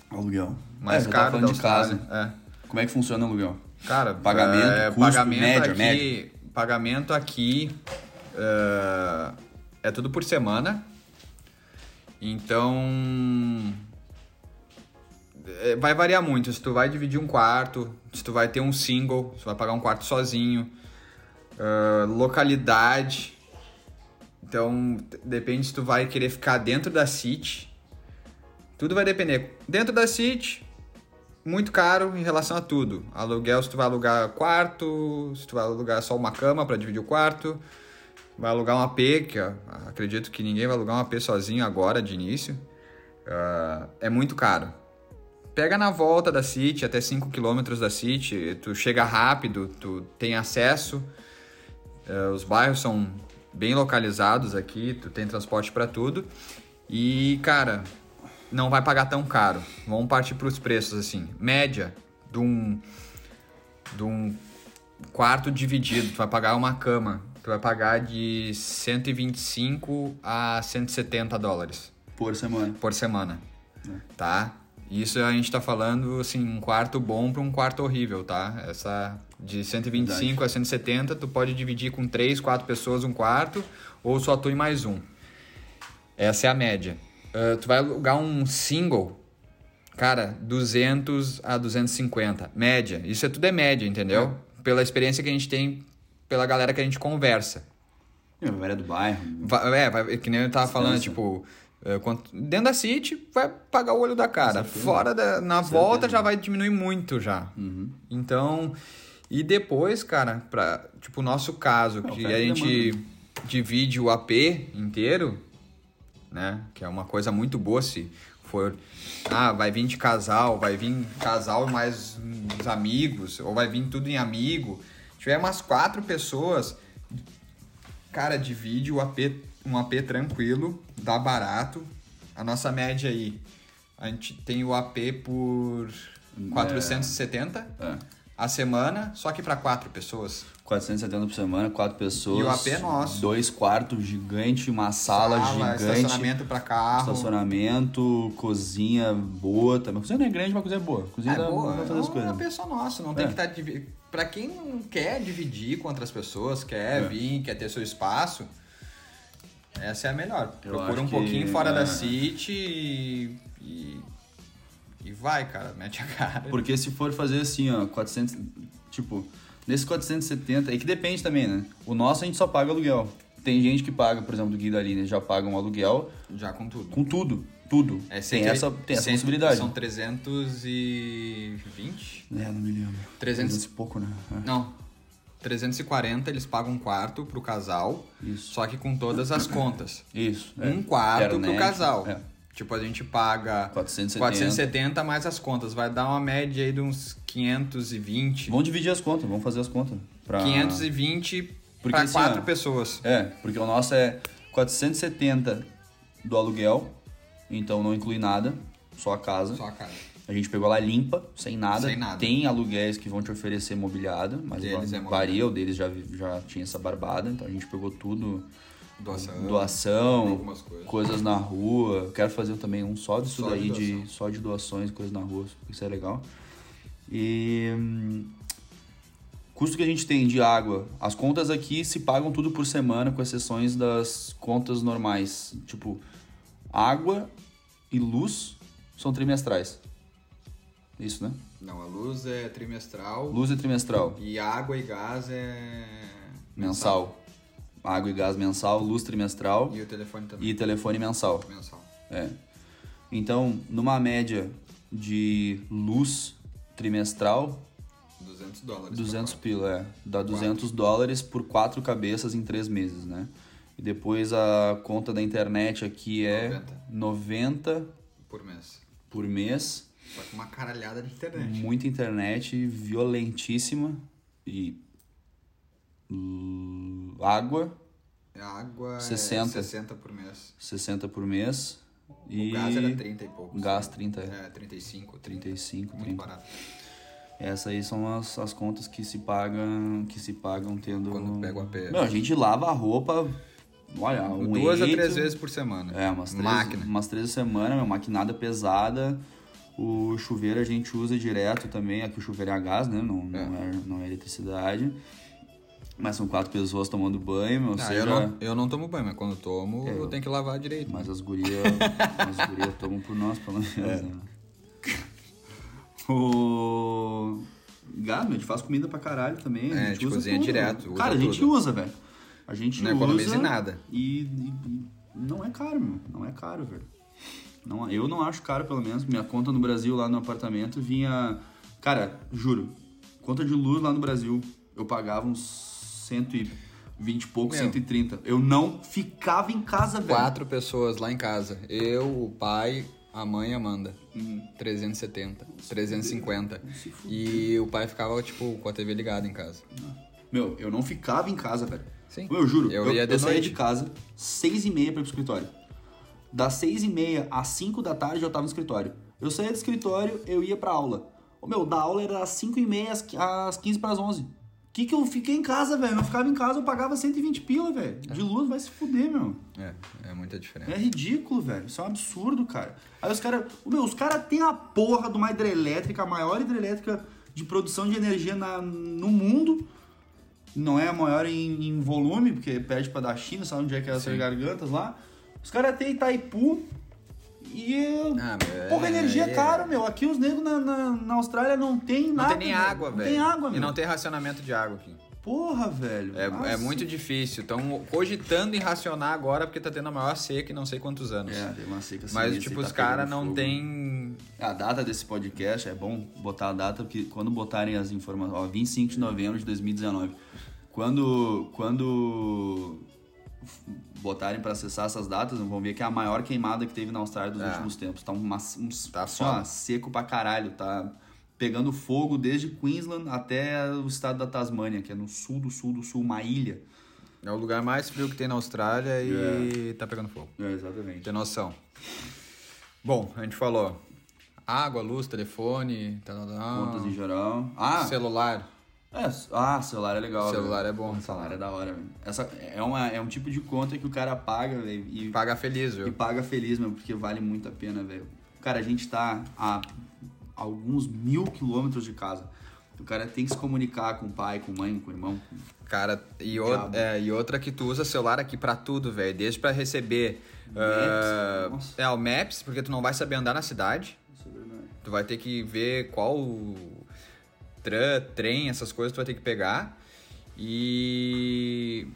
S3: Aluguel.
S4: Mais
S3: é, eu tava
S4: caro da
S3: É, falando de
S4: Austrália.
S3: casa.
S4: É.
S3: Como é que funciona o aluguel?
S4: Cara,
S3: Pagamento,
S4: é,
S3: custo,
S4: pagamento
S3: média,
S4: aqui,
S3: média.
S4: Pagamento aqui é, é tudo por semana. Então é, vai variar muito. Se tu vai dividir um quarto, se tu vai ter um single, se tu vai pagar um quarto sozinho, é, localidade. Então t- depende se tu vai querer ficar dentro da city. Tudo vai depender. Dentro da city, muito caro em relação a tudo. Aluguel, se tu vai alugar quarto, se tu vai alugar só uma cama para dividir o quarto, vai alugar um AP, que ó, acredito que ninguém vai alugar um AP sozinho agora de início. Ah, é muito caro. Pega na volta da City, até 5 km da City, tu chega rápido, tu tem acesso. eh, os bairros são bem localizados aqui, tu tem transporte pra tudo. E, cara, não vai pagar tão caro. Vamos partir pros preços assim. Média de um de um quarto dividido, tu vai pagar uma cama, tu vai pagar de 125 a 170 dólares
S3: Por semana.
S4: por semana, tá? Isso a gente tá falando, assim, um quarto bom pra um quarto horrível, tá? Essa de 125 a 170, tu pode dividir com três, quatro pessoas um quarto, ou só tu e mais um. Essa é a média. Ah, tu vai alugar um single, cara, 200 a 250, média. Isso é tudo é média, entendeu? Pela experiência que a gente tem, pela galera que a gente conversa.
S3: É, mas era do bairro.
S4: Vai, é, vai- que nem eu tava falando,
S3: Distância.
S4: tipo, é, quanto- dentro da City vai pagar o olho da cara. Fora da. Na volta já vai diminuir muito já. Então. E depois, cara, pra, tipo, o nosso caso, que
S3: oferta
S4: a
S3: e
S4: gente divide o AP inteiro, né? Que é uma coisa muito boa se for. Ah, vai vir de casal, vai vir casal mais uns amigos, ou vai vir tudo em amigo. Tiver umas quatro pessoas, cara, divide o AP, um AP tranquilo, dá barato. A nossa média aí, a gente tem o AP por 470
S3: É.
S4: a semana, só que pra quatro pessoas.
S3: 470 por semana, quatro pessoas.
S4: E o AP é nosso.
S3: Dois quartos gigante, uma sala, gigante.
S4: estacionamento pra carro.
S3: Estacionamento, cozinha boa também. Cozinha não é grande, mas cozinha é boa. Cozinha
S4: É
S3: dá
S4: boa,
S3: pra fazer as
S4: é uma
S3: coisas.
S4: pessoa nossa, não tem
S3: É.
S4: que estar... Divi... Pra quem não quer dividir com outras pessoas,
S3: É.
S4: quer vir, quer ter seu espaço, essa é a melhor.
S3: Eu
S4: Procura
S3: acho
S4: um
S3: que-
S4: pouquinho fora
S3: é.
S4: da City e... e... e vai, cara, mete a cara.
S3: Porque se for fazer assim, ó, 400. Tipo, nesse 470, é que depende também, né? O nosso a gente só paga aluguel. Tem gente que paga, por exemplo, do Guido ali, né? Já paga um aluguel
S4: Já com tudo.
S3: com tudo. Tudo.
S4: É
S3: tem
S4: cento-
S3: essa, tem essa
S4: cento-
S3: possibilidade.
S4: São 320?
S3: É, não me lembro.
S4: 300
S3: e pouco, né? É.
S4: Não. 340 eles pagam um quarto pro casal,
S3: Isso.
S4: só que com todas as contas.
S3: Isso. é.
S4: um quarto
S3: Internet,
S4: pro casal.
S3: É.
S4: Tipo, a gente paga
S3: 470.
S4: 470 mais as contas. Vai dar uma média aí de uns 520.
S3: Vamos dividir as contas, vamos fazer as contas. Pra...
S4: 520
S3: Porque
S4: pra
S3: assim,
S4: quatro
S3: ó,
S4: pessoas.
S3: É, porque o nosso é 470 do aluguel, então não inclui nada, só a casa.
S4: Só, cara.
S3: A gente pegou lá limpa, sem nada.
S4: Sem nada.
S3: Tem aluguéis que vão te oferecer mobiliada, mas
S4: Deles é
S3: va-
S4: mobiliado.
S3: varia, o deles já, vi- já tinha essa barbada, então a gente pegou tudo.
S4: Doação.
S3: Doação,
S4: algumas coisas.
S3: na rua. Eu quero fazer também um só disso
S4: Só de
S3: daí, de,
S4: doação.
S3: só de doações, coisas na rua, isso é legal. E. hum, Custo que a gente tem de água. As contas aqui se pagam tudo por semana, com exceções das contas normais. Tipo, água e luz são trimestrais. Isso, né?
S4: Não, a luz é trimestral.
S3: Luz é trimestral.
S4: E água e gás é.
S3: Mensal. Água e gás mensal, luz trimestral
S4: E o telefone também.
S3: e telefone mensal.
S4: Mensal.
S3: É. Então, numa média de luz trimestral,
S4: 200 dólares.
S3: 200 pila, é. Dá 200 dólares por quatro cabeças em três meses, né? E depois a conta da internet aqui é 90
S4: por mês.
S3: por mês.
S4: Só que uma caralhada de internet.
S3: Muita internet violentíssima e l- água,
S4: A água
S3: 60.
S4: é 60 por mês.
S3: 60 por mês. E
S4: O gás era 30 e pouco.
S3: Gás 30, é.
S4: É, 35, 30.
S3: 35,
S4: Muito
S3: 30.
S4: barato.
S3: Essas aí são as, as contas que se pagam, que se pagam tendo.
S4: Quando pega o AP.
S3: Meu, a gente lava a roupa, olha, um
S4: Duas a
S3: eito.
S4: três vezes por semana.
S3: É, umas três,
S4: Máquina.
S3: umas três semanas, meu, maquinada pesada. O chuveiro a gente usa direto também, aqui o chuveiro é a gás, né? Não não é, não é eletricidade. Mas são quatro pessoas tomando banho, meu,
S4: Ah,
S3: seja-
S4: eu, não, eu não tomo banho, mas quando tomo, eu, tenho que lavar direito.
S3: Mas as gurias as guria tomam por nós, pelo menos,
S4: É.
S3: né? O... Gado, a gente faz comida pra caralho também.
S4: É,
S3: a
S4: a
S3: gente
S4: gente
S3: usa
S4: cozinha
S3: tudo.
S4: direto, usa
S3: Cara, a gente
S4: tudo.
S3: usa, velho. A gente
S4: Não
S3: usa...
S4: economiza em nada.
S3: E, e- e não é caro, meu. Não é caro, velho. Não, eu não acho caro, pelo menos. Minha conta no Brasil, lá no apartamento, vinha... Cara, juro. Conta de luz lá no Brasil, eu pagava uns 120 e pouco,
S4: Meu.
S3: 130. Eu não ficava em casa, velho.
S4: Quatro pessoas lá em casa. Eu, o pai, A mãe Amanda, 370, 350. E o pai ficava, tipo, com a TV ligada em casa.
S3: Meu, eu não ficava em casa, velho.
S4: Sim.
S3: Eu juro, eu,
S4: Eu
S3: eu,
S4: ia de
S3: saía
S4: noite.
S3: de casa, seis e meia pra ir pro escritório. Das seis e meia às cinco da tarde eu tava no escritório. Eu saía do escritório, eu ia pra aula. Ô, meu, da aula era às cinco e meia às, qui- às 15 pras 11. Que que eu fiquei em casa, velho? Eu ficava em casa, eu pagava 120 pila, velho. De luz, vai se fuder, meu.
S4: É, é muita diferença.
S3: É ridículo, velho. Isso é um absurdo, cara. Aí os caras. Meu, os caras têm a porra de uma hidrelétrica, a maior hidrelétrica de produção de energia na- no mundo. Não é a maior em, em volume, porque perde pra da China, sabe onde é que é essas
S4: Sim.
S3: gargantas lá. Os caras têm Itaipu e.
S4: Ah, meu,
S3: porra,
S4: é-
S3: energia é
S4: é-
S3: caro, meu. Aqui os negros na, na, na Austrália não tem
S4: Não
S3: nada.
S4: tem nem
S3: velho.
S4: água,
S3: Não
S4: velho.
S3: tem água,
S4: E
S3: meu.
S4: não tem racionamento de água aqui.
S3: Porra, velho.
S4: É,
S3: Nossa.
S4: é muito difícil. Estão cogitando em racionar agora porque tá tendo a maior seca em não sei quantos anos.
S3: É, tem uma seca
S4: Mas,
S3: sinistra
S4: tipo,
S3: e
S4: os
S3: tá
S4: caras
S3: pegando
S4: não
S3: fogo.
S4: têm.
S3: A data desse podcast é bom botar a data, porque quando botarem as informações. Ó, 25 de novembro de 2019. Quando. Quando f- botarem pra acessar essas datas, vão ver que é a maior queimada que teve na Austrália dos
S4: É.
S3: últimos tempos. Tá, uma, um,
S4: Tá
S3: assim, ó,
S4: foda.
S3: seco pra caralho, tá pegando fogo desde Queensland até o estado da Tasmânia, que é no sul do sul do sul, uma ilha.
S4: É o lugar mais frio que tem na Austrália e tá pegando fogo.
S3: É, exatamente.
S4: Tem noção. Bom, a gente falou água, luz, telefone, tal, tal, tal.
S3: Contas em geral. Ah,
S4: celular.
S3: É, ah, celular é legal.
S4: Celular
S3: velho.
S4: é bom.
S3: Celular é da hora, velho. Essa é, uma, é um tipo de conta que o cara paga, velho, e,
S4: Paga feliz,
S3: e
S4: viu?
S3: paga feliz, meu, porque vale muito a pena, velho. Cara, a gente tá a alguns mil quilômetros de casa. O cara tem que se comunicar com o pai, com a mãe, com o irmão.
S4: Cara, e, o-
S3: Diabo.
S4: é, e outra que tu usa celular aqui pra tudo, velho. Desde pra receber. ah,
S3: nossa.
S4: é, o Maps, porque tu não vai saber andar na cidade.
S3: Isso é verdade.
S4: Tu vai ter que ver qual tran, trem, essas coisas tu vai ter que pegar. E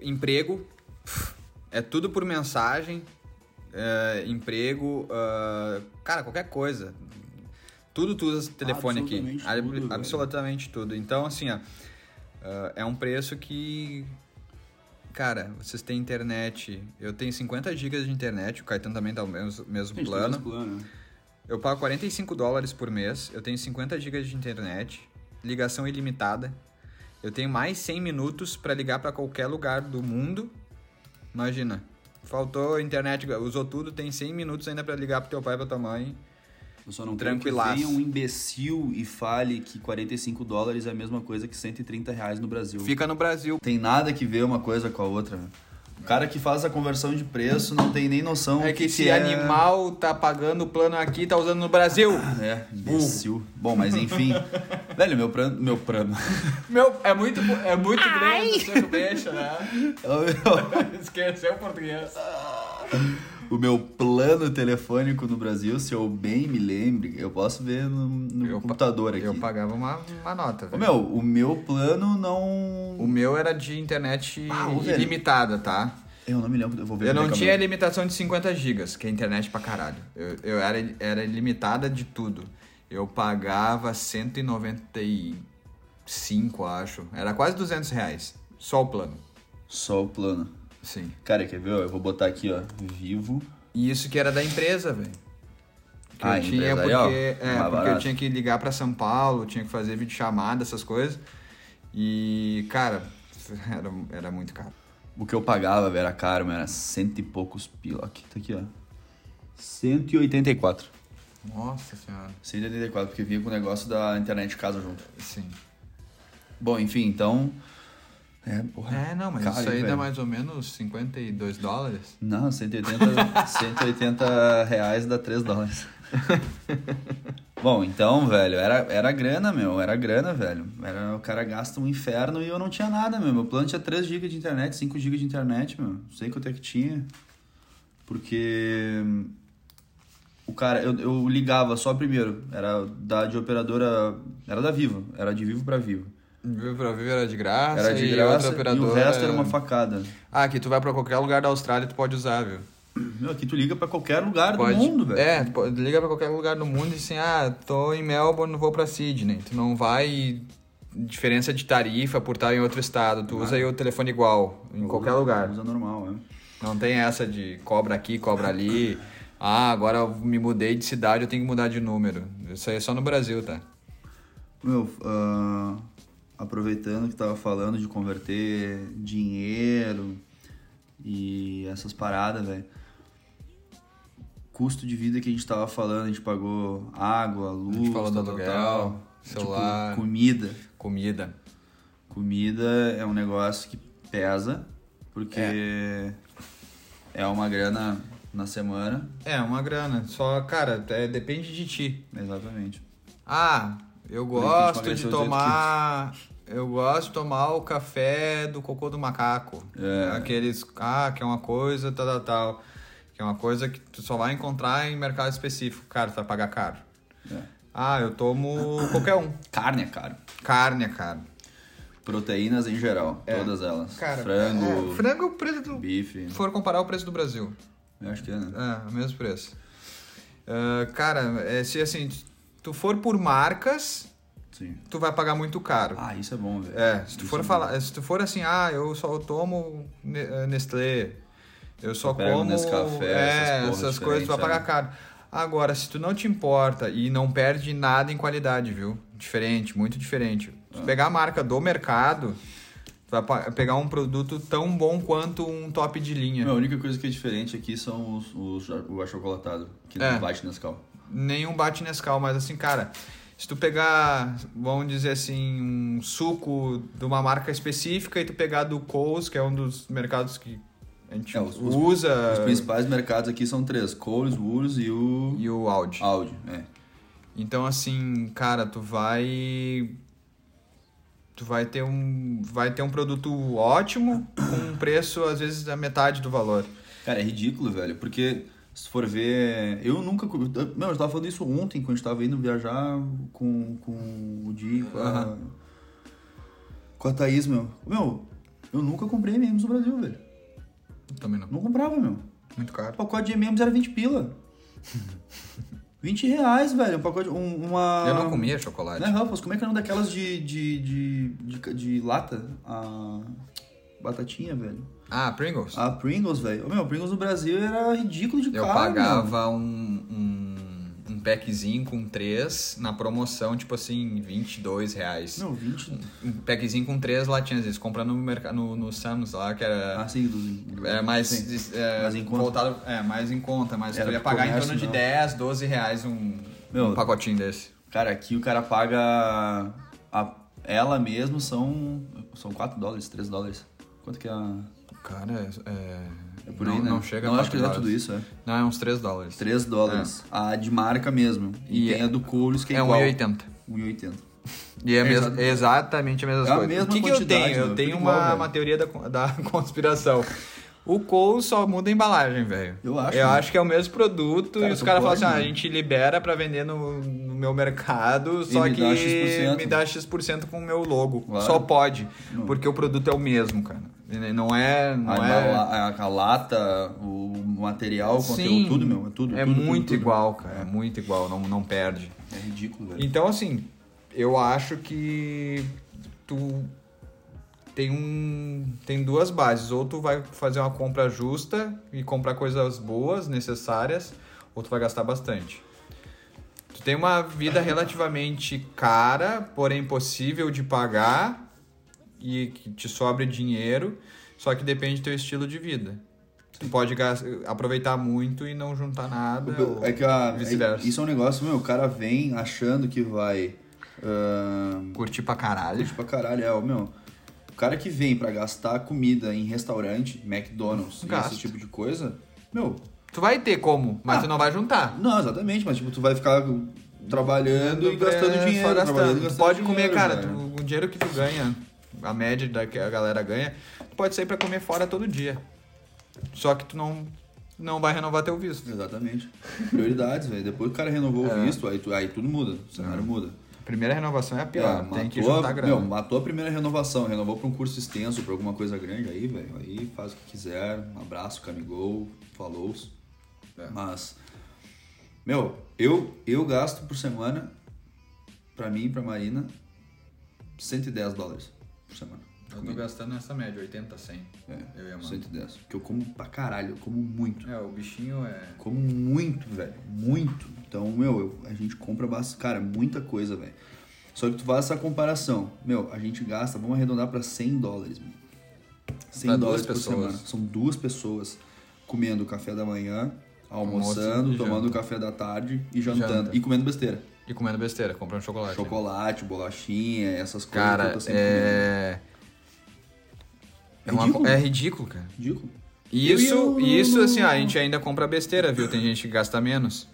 S4: emprego pff, é tudo por mensagem. É, emprego, ah, cara, qualquer coisa. Tudo tu usa esse telefone aqui.
S3: Absolutamente
S4: Ab-
S3: tudo, velho.
S4: absolutamente tudo. Então, assim, ó, ah, é um preço que Cara, vocês têm internet. Eu tenho 50 GB de internet, o Caetano também tá o mesmo,
S3: A
S4: mesmo
S3: gente tem
S4: plano.
S3: esse plano. né?
S4: Eu pago 45 dólares por mês, eu tenho 50 GB de internet, ligação ilimitada. Eu tenho mais 100 minutos pra ligar pra qualquer lugar do mundo. Imagina. Faltou internet, usou tudo, tem 100 minutos ainda pra ligar pro teu pai, pra tua mãe.
S3: Eu só não quero que
S4: Tranquilaço.
S3: venha um imbecil e fale que 45 dólares é a mesma coisa que 130 reais no Brasil.
S4: Fica no Brasil.
S3: tem nada que ver uma coisa com a outra. né? O cara que faz a conversão de preço não tem nem noção
S4: É
S3: do que
S4: que esse
S3: é...
S4: animal tá pagando o plano aqui, tá usando no Brasil.
S3: É, imbecil. Bom, mas enfim. Velho, meu plano. Meu plano.
S4: Meu, é muito, é muito grande o seu beijo, né?
S3: O
S4: Esqueceu o português.
S3: meu, o meu plano telefônico no Brasil, se eu bem me lembre, eu posso ver no, no
S4: Eu pa-
S3: um computador aqui.
S4: Eu pagava uma, uma nota,
S3: Ô,
S4: velho.
S3: meu, o meu plano não.
S4: O meu era de internet
S3: Ah, ô, velho.
S4: ilimitada, tá?
S3: Eu não me lembro, eu vou ver
S4: Eu
S3: como é que
S4: não
S3: é o
S4: tinha
S3: meu.
S4: limitação de 50 gigas, que é internet pra caralho. Eu, eu era, era ilimitada de tudo. Eu pagava 195, acho. Era quase 200 reais. Só o plano.
S3: Só o plano.
S4: Sim.
S3: Cara, quer ver? ó? Eu vou botar aqui, ó. Vivo.
S4: E isso que era da empresa, velho. Que
S3: Ah,
S4: eu tinha porque,
S3: empresarial?
S4: é,
S3: Mais
S4: porque eu
S3: barato.
S4: tinha que ligar pra São Paulo, tinha que fazer videochamada, essas coisas. E, cara, era, era muito caro.
S3: O que eu pagava velho, era caro, mas era cento e poucos pila. Aqui, tá aqui, ó. 184.
S4: Nossa senhora.
S3: 184, porque vinha com o negócio da internet de casa junto.
S4: Sim.
S3: Bom, enfim, então. É, porra.
S4: É, não, mas
S3: caro,
S4: isso
S3: hein,
S4: aí dá
S3: velho?
S4: mais ou menos 52 dólares.
S3: Não, 180, 180 reais dá 3 dólares. Bom, então, velho, era, era grana, meu, era grana, velho. Era, o cara gasta um inferno e eu não tinha nada, meu. Meu plano tinha 3 GB de internet, 5 GB de internet, meu. Não sei quanto é que tinha. Porque. O cara, eu, eu ligava só primeiro. Era da de operadora. Era da Vivo. Era de Vivo pra Vivo.
S4: Vivo pra vivo era de graça.
S3: Hum. Era de
S4: Ah, e
S3: graça e
S4: outra
S3: o
S4: operadora- é-
S3: resto era uma facada.
S4: Ah, que tu vai pra qualquer lugar da Austrália, tu pode usar, viu?
S3: Meu, aqui tu liga pra qualquer lugar
S4: Pode.
S3: do mundo, velho.
S4: É, tu pode- liga pra qualquer lugar do mundo e assim, ah, tô em Melbourne, vou pra Sydney. Tu não vai. Diferença de tarifa por estar em outro estado. Tu usa aí o telefone igual, em qualquer lugar.
S3: Usa normal, é.
S4: Não tem essa de cobra aqui, cobra ali. Ah, agora eu me mudei de cidade, eu tenho que mudar de número. Isso aí é só no Brasil, tá?
S3: Meu, ah, aproveitando que tava falando de converter dinheiro e essas paradas, velho. Custo de vida que a gente tava falando, a gente pagou água, luz,
S4: gente falou do
S3: tal, tal,
S4: aluguel,
S3: tal. Tipo,
S4: celular.
S3: comida.
S4: Comida.
S3: Comida é um negócio que pesa, porque é, uma grana na semana.
S4: É, uma grana. Só, cara, é, depende de ti.
S3: Exatamente.
S4: Ah, eu
S3: isso que a gente
S4: gosto de
S3: emagreceu
S4: tomar. Eu gosto de tomar o café do cocô do macaco.
S3: É.
S4: Aqueles. Ah, que é uma coisa, tal, tal, tal. Que é uma coisa que tu só vai encontrar em mercado específico. Cara, tu vai pagar caro.
S3: É.
S4: Ah, eu tomo qualquer um.
S3: Carne é caro.
S4: Carne é caro.
S3: Proteínas em geral, todas elas. Frango,
S4: é, frango é o preço do.
S3: bife.
S4: Se for comparar o preço do Brasil.
S3: Eu acho que é, né?
S4: É, o mesmo preço. Ah, cara, é, se assim, tu for por marcas,
S3: Sim.
S4: tu vai pagar muito caro.
S3: Ah, isso é bom, velho.
S4: É, se tu
S3: Isso
S4: for
S3: bom.
S4: falar, se tu for assim, ah, eu só tomo Ne- eh, Nestlé, eu só
S3: pego
S4: como
S3: Nescafé, essas é.
S4: é,
S3: porras
S4: essas, coisas, tu vai pagar
S3: diferentes,
S4: caro. Agora, se tu não te importa e não perde nada em qualidade, viu? Diferente, muito diferente.
S3: Ah.
S4: Se tu pegar a marca do mercado, tu vai pa- pegar um produto tão bom quanto um top de linha.
S3: Meu, a única coisa que é diferente aqui são os, os, o achocolatado, que
S4: É.
S3: não bate nas cal.
S4: nenhum bate Nescau, mas assim, cara, se tu pegar, vamos dizer assim, um suco de uma marca específica e tu pegar do Coles, que é um dos mercados que a gente
S3: É, os- os-
S4: usa,
S3: Os principais mercados aqui são três: Coles, Woolworths e o
S4: e o Audi.
S3: Audi. É.
S4: Então, assim, cara, tu vai tu vai ter um vai ter um produto ótimo com um preço às vezes da metade do valor.
S3: Cara, é ridículo, velho, porque se tu for ver. Eu nunca. co- Não, eu tava falando isso ontem, quando a gente tava indo viajar com, com o Di, com a. Com a Thaís, meu. Meu, eu nunca comprei memes no Brasil, velho.
S4: Também não,
S3: Não comprava, meu.
S4: muito
S3: O
S4: caro.
S3: pacote de memes era 20 pila. 20 reais, velho. Um pacote. um- uma.
S4: Eu não comia chocolate.
S3: Não é Ruffles, como é que é uma daquelas de. de. de, de, ca- de lata? A. Batatinha, velho.
S4: Ah, Pringles.
S3: A Pringles, velho. Meu, Pringles no Brasil era ridículo de
S4: Eu
S3: caro, meu.
S4: pagava um, um, um packzinho com três na promoção, tipo assim, 22 reais.
S3: Não, 20.
S4: Um packzinho com três latinhas, eles compram no, merca- no, no Sam's lá, que era,
S3: Ah, sim, dos.
S4: era
S3: Sim.
S4: mais, é,
S3: Mais em conta.
S4: voltado, é, mais em conta, mas
S3: Era
S4: tu ia
S3: pro
S4: pagar em
S3: comércio,
S4: torno de
S3: não.
S4: 10, 12 reais um,
S3: Meu,
S4: um pacotinho desse.
S3: Cara, aqui o cara paga. a- ela mesmo são. São 4 dólares, 3 dólares. Quanto que é a.
S4: Cara, é,
S3: É por
S4: não,
S3: aí, né?
S4: não chega
S3: Não,
S4: a
S3: acho que não é
S4: quatro
S3: tudo
S4: dólares.
S3: isso, é.
S4: Não, é uns 3 dólares.
S3: 3 dólares. A de marca mesmo. E,
S4: É. E
S3: tem
S4: é-
S3: a do Coles, que é,
S4: é
S3: igual.
S4: 1,80.
S3: 1,80.
S4: E é,
S3: É
S4: mes-
S3: exatamente-
S4: exatamente a mesma
S3: É a
S4: coisa.
S3: mesma
S4: o que, que eu
S3: quantidade,
S4: tenho? Eu
S3: meu,
S4: tenho
S3: tudo
S4: uma,
S3: igual, velho.
S4: uma teoria da, con- da conspiração. O Cole só muda a embalagem, velho.
S3: Eu acho,
S4: Eu
S3: né?
S4: acho que é o mesmo produto
S3: Cara,
S4: e os
S3: tu
S4: caras falam
S3: pode,
S4: assim: ah, a
S3: né?
S4: gente libera pra vender no, no meu mercado, só
S3: me
S4: que
S3: dá X%.
S4: me dá X% com o meu logo.
S3: Claro.
S4: Só pode. Porque o produto é o mesmo, cara. E Não é. Não
S3: A,
S4: é...
S3: embala- a- a lata, o material, o conteúdo,
S4: Sim,
S3: tudo, meu. É tudo.
S4: É
S3: tudo, tudo,
S4: muito
S3: tudo.
S4: igual, cara. É muito igual, não, não perde.
S3: É ridículo, velho.
S4: Então, assim, eu acho que tu tem um tem duas bases. Ou tu vai fazer uma compra justa e comprar coisas boas, necessárias, ou tu vai gastar bastante. Tu tem uma vida relativamente cara, porém possível de pagar e que te sobra dinheiro, só que depende do teu estilo de vida. Tu pode gas- aproveitar muito e não juntar nada. ou-
S3: É que a,
S4: vice-versa.
S3: é- isso é um negócio, meu, o cara vem achando que vai. ahn,
S4: Curtir pra caralho.
S3: Tipo, pra caralho, é, ó, meu. O cara que vem pra gastar comida em restaurante, McDonald's, e
S4: Gasta.
S3: esse tipo de coisa, meu,
S4: Tu vai ter como, mas
S3: Ah.
S4: tu não vai juntar.
S3: não, exatamente, mas tipo, tu vai ficar trabalhando e gastando
S4: É,
S3: dinheiro.
S4: só gastando.
S3: trabalhando e
S4: Tu
S3: gastando
S4: pode comer,
S3: dinheiro, né?
S4: cara,
S3: velho.
S4: tu- o dinheiro que tu ganha, a média da que a galera ganha, tu pode sair pra comer fora todo dia. Só que tu não, não vai renovar teu visto.
S3: Exatamente. Prioridades, velho. Depois que o cara renovou
S4: É.
S3: o visto, aí, tu- aí tudo muda. O cenário muda.
S4: A primeira renovação é a
S3: É,
S4: pior, tem que
S3: matou a-
S4: juntar grana.
S3: Meu, matou a primeira renovação, renovou pra um curso extenso, pra alguma coisa grande aí, velho. Aí faz o que quiser. Um abraço, camigol, falou.
S4: É.
S3: Mas. Meu, eu, eu gasto por semana, pra mim e pra Marina, 110 dólares por semana.
S4: Eu tô gastando nessa média, 80, 100. eu e a
S3: É,
S4: Amanda.
S3: 110. Porque eu como pra caralho, eu como muito.
S4: É, o bichinho é.
S3: Como muito, velho. Muito. Então, meu, eu- a gente compra, bas- cara, muita coisa, velho. Só que tu faz essa comparação. Meu, a gente gasta, vamos arredondar pra 100 dólares, mano. 100
S4: Pra duas
S3: dólares por
S4: pessoas.
S3: semana. São duas pessoas comendo café da manhã, almoçando,
S4: Almoço e
S3: tomando
S4: janta.
S3: café da tarde e jantando.
S4: Janta.
S3: E comendo besteira.
S4: E comendo besteira, comprando chocolate. né?
S3: Chocolate, bolachinha, essas coisas que
S4: Cara,
S3: eu tô sempre comendo.
S4: é. É, uma
S3: Ridículo.
S4: co- é ridículo, cara.
S3: Ridículo.
S4: E
S3: Eu-
S4: isso,
S3: eu-
S4: e isso, assim, ó, a gente ainda compra besteira, viu? Tem gente que gasta menos.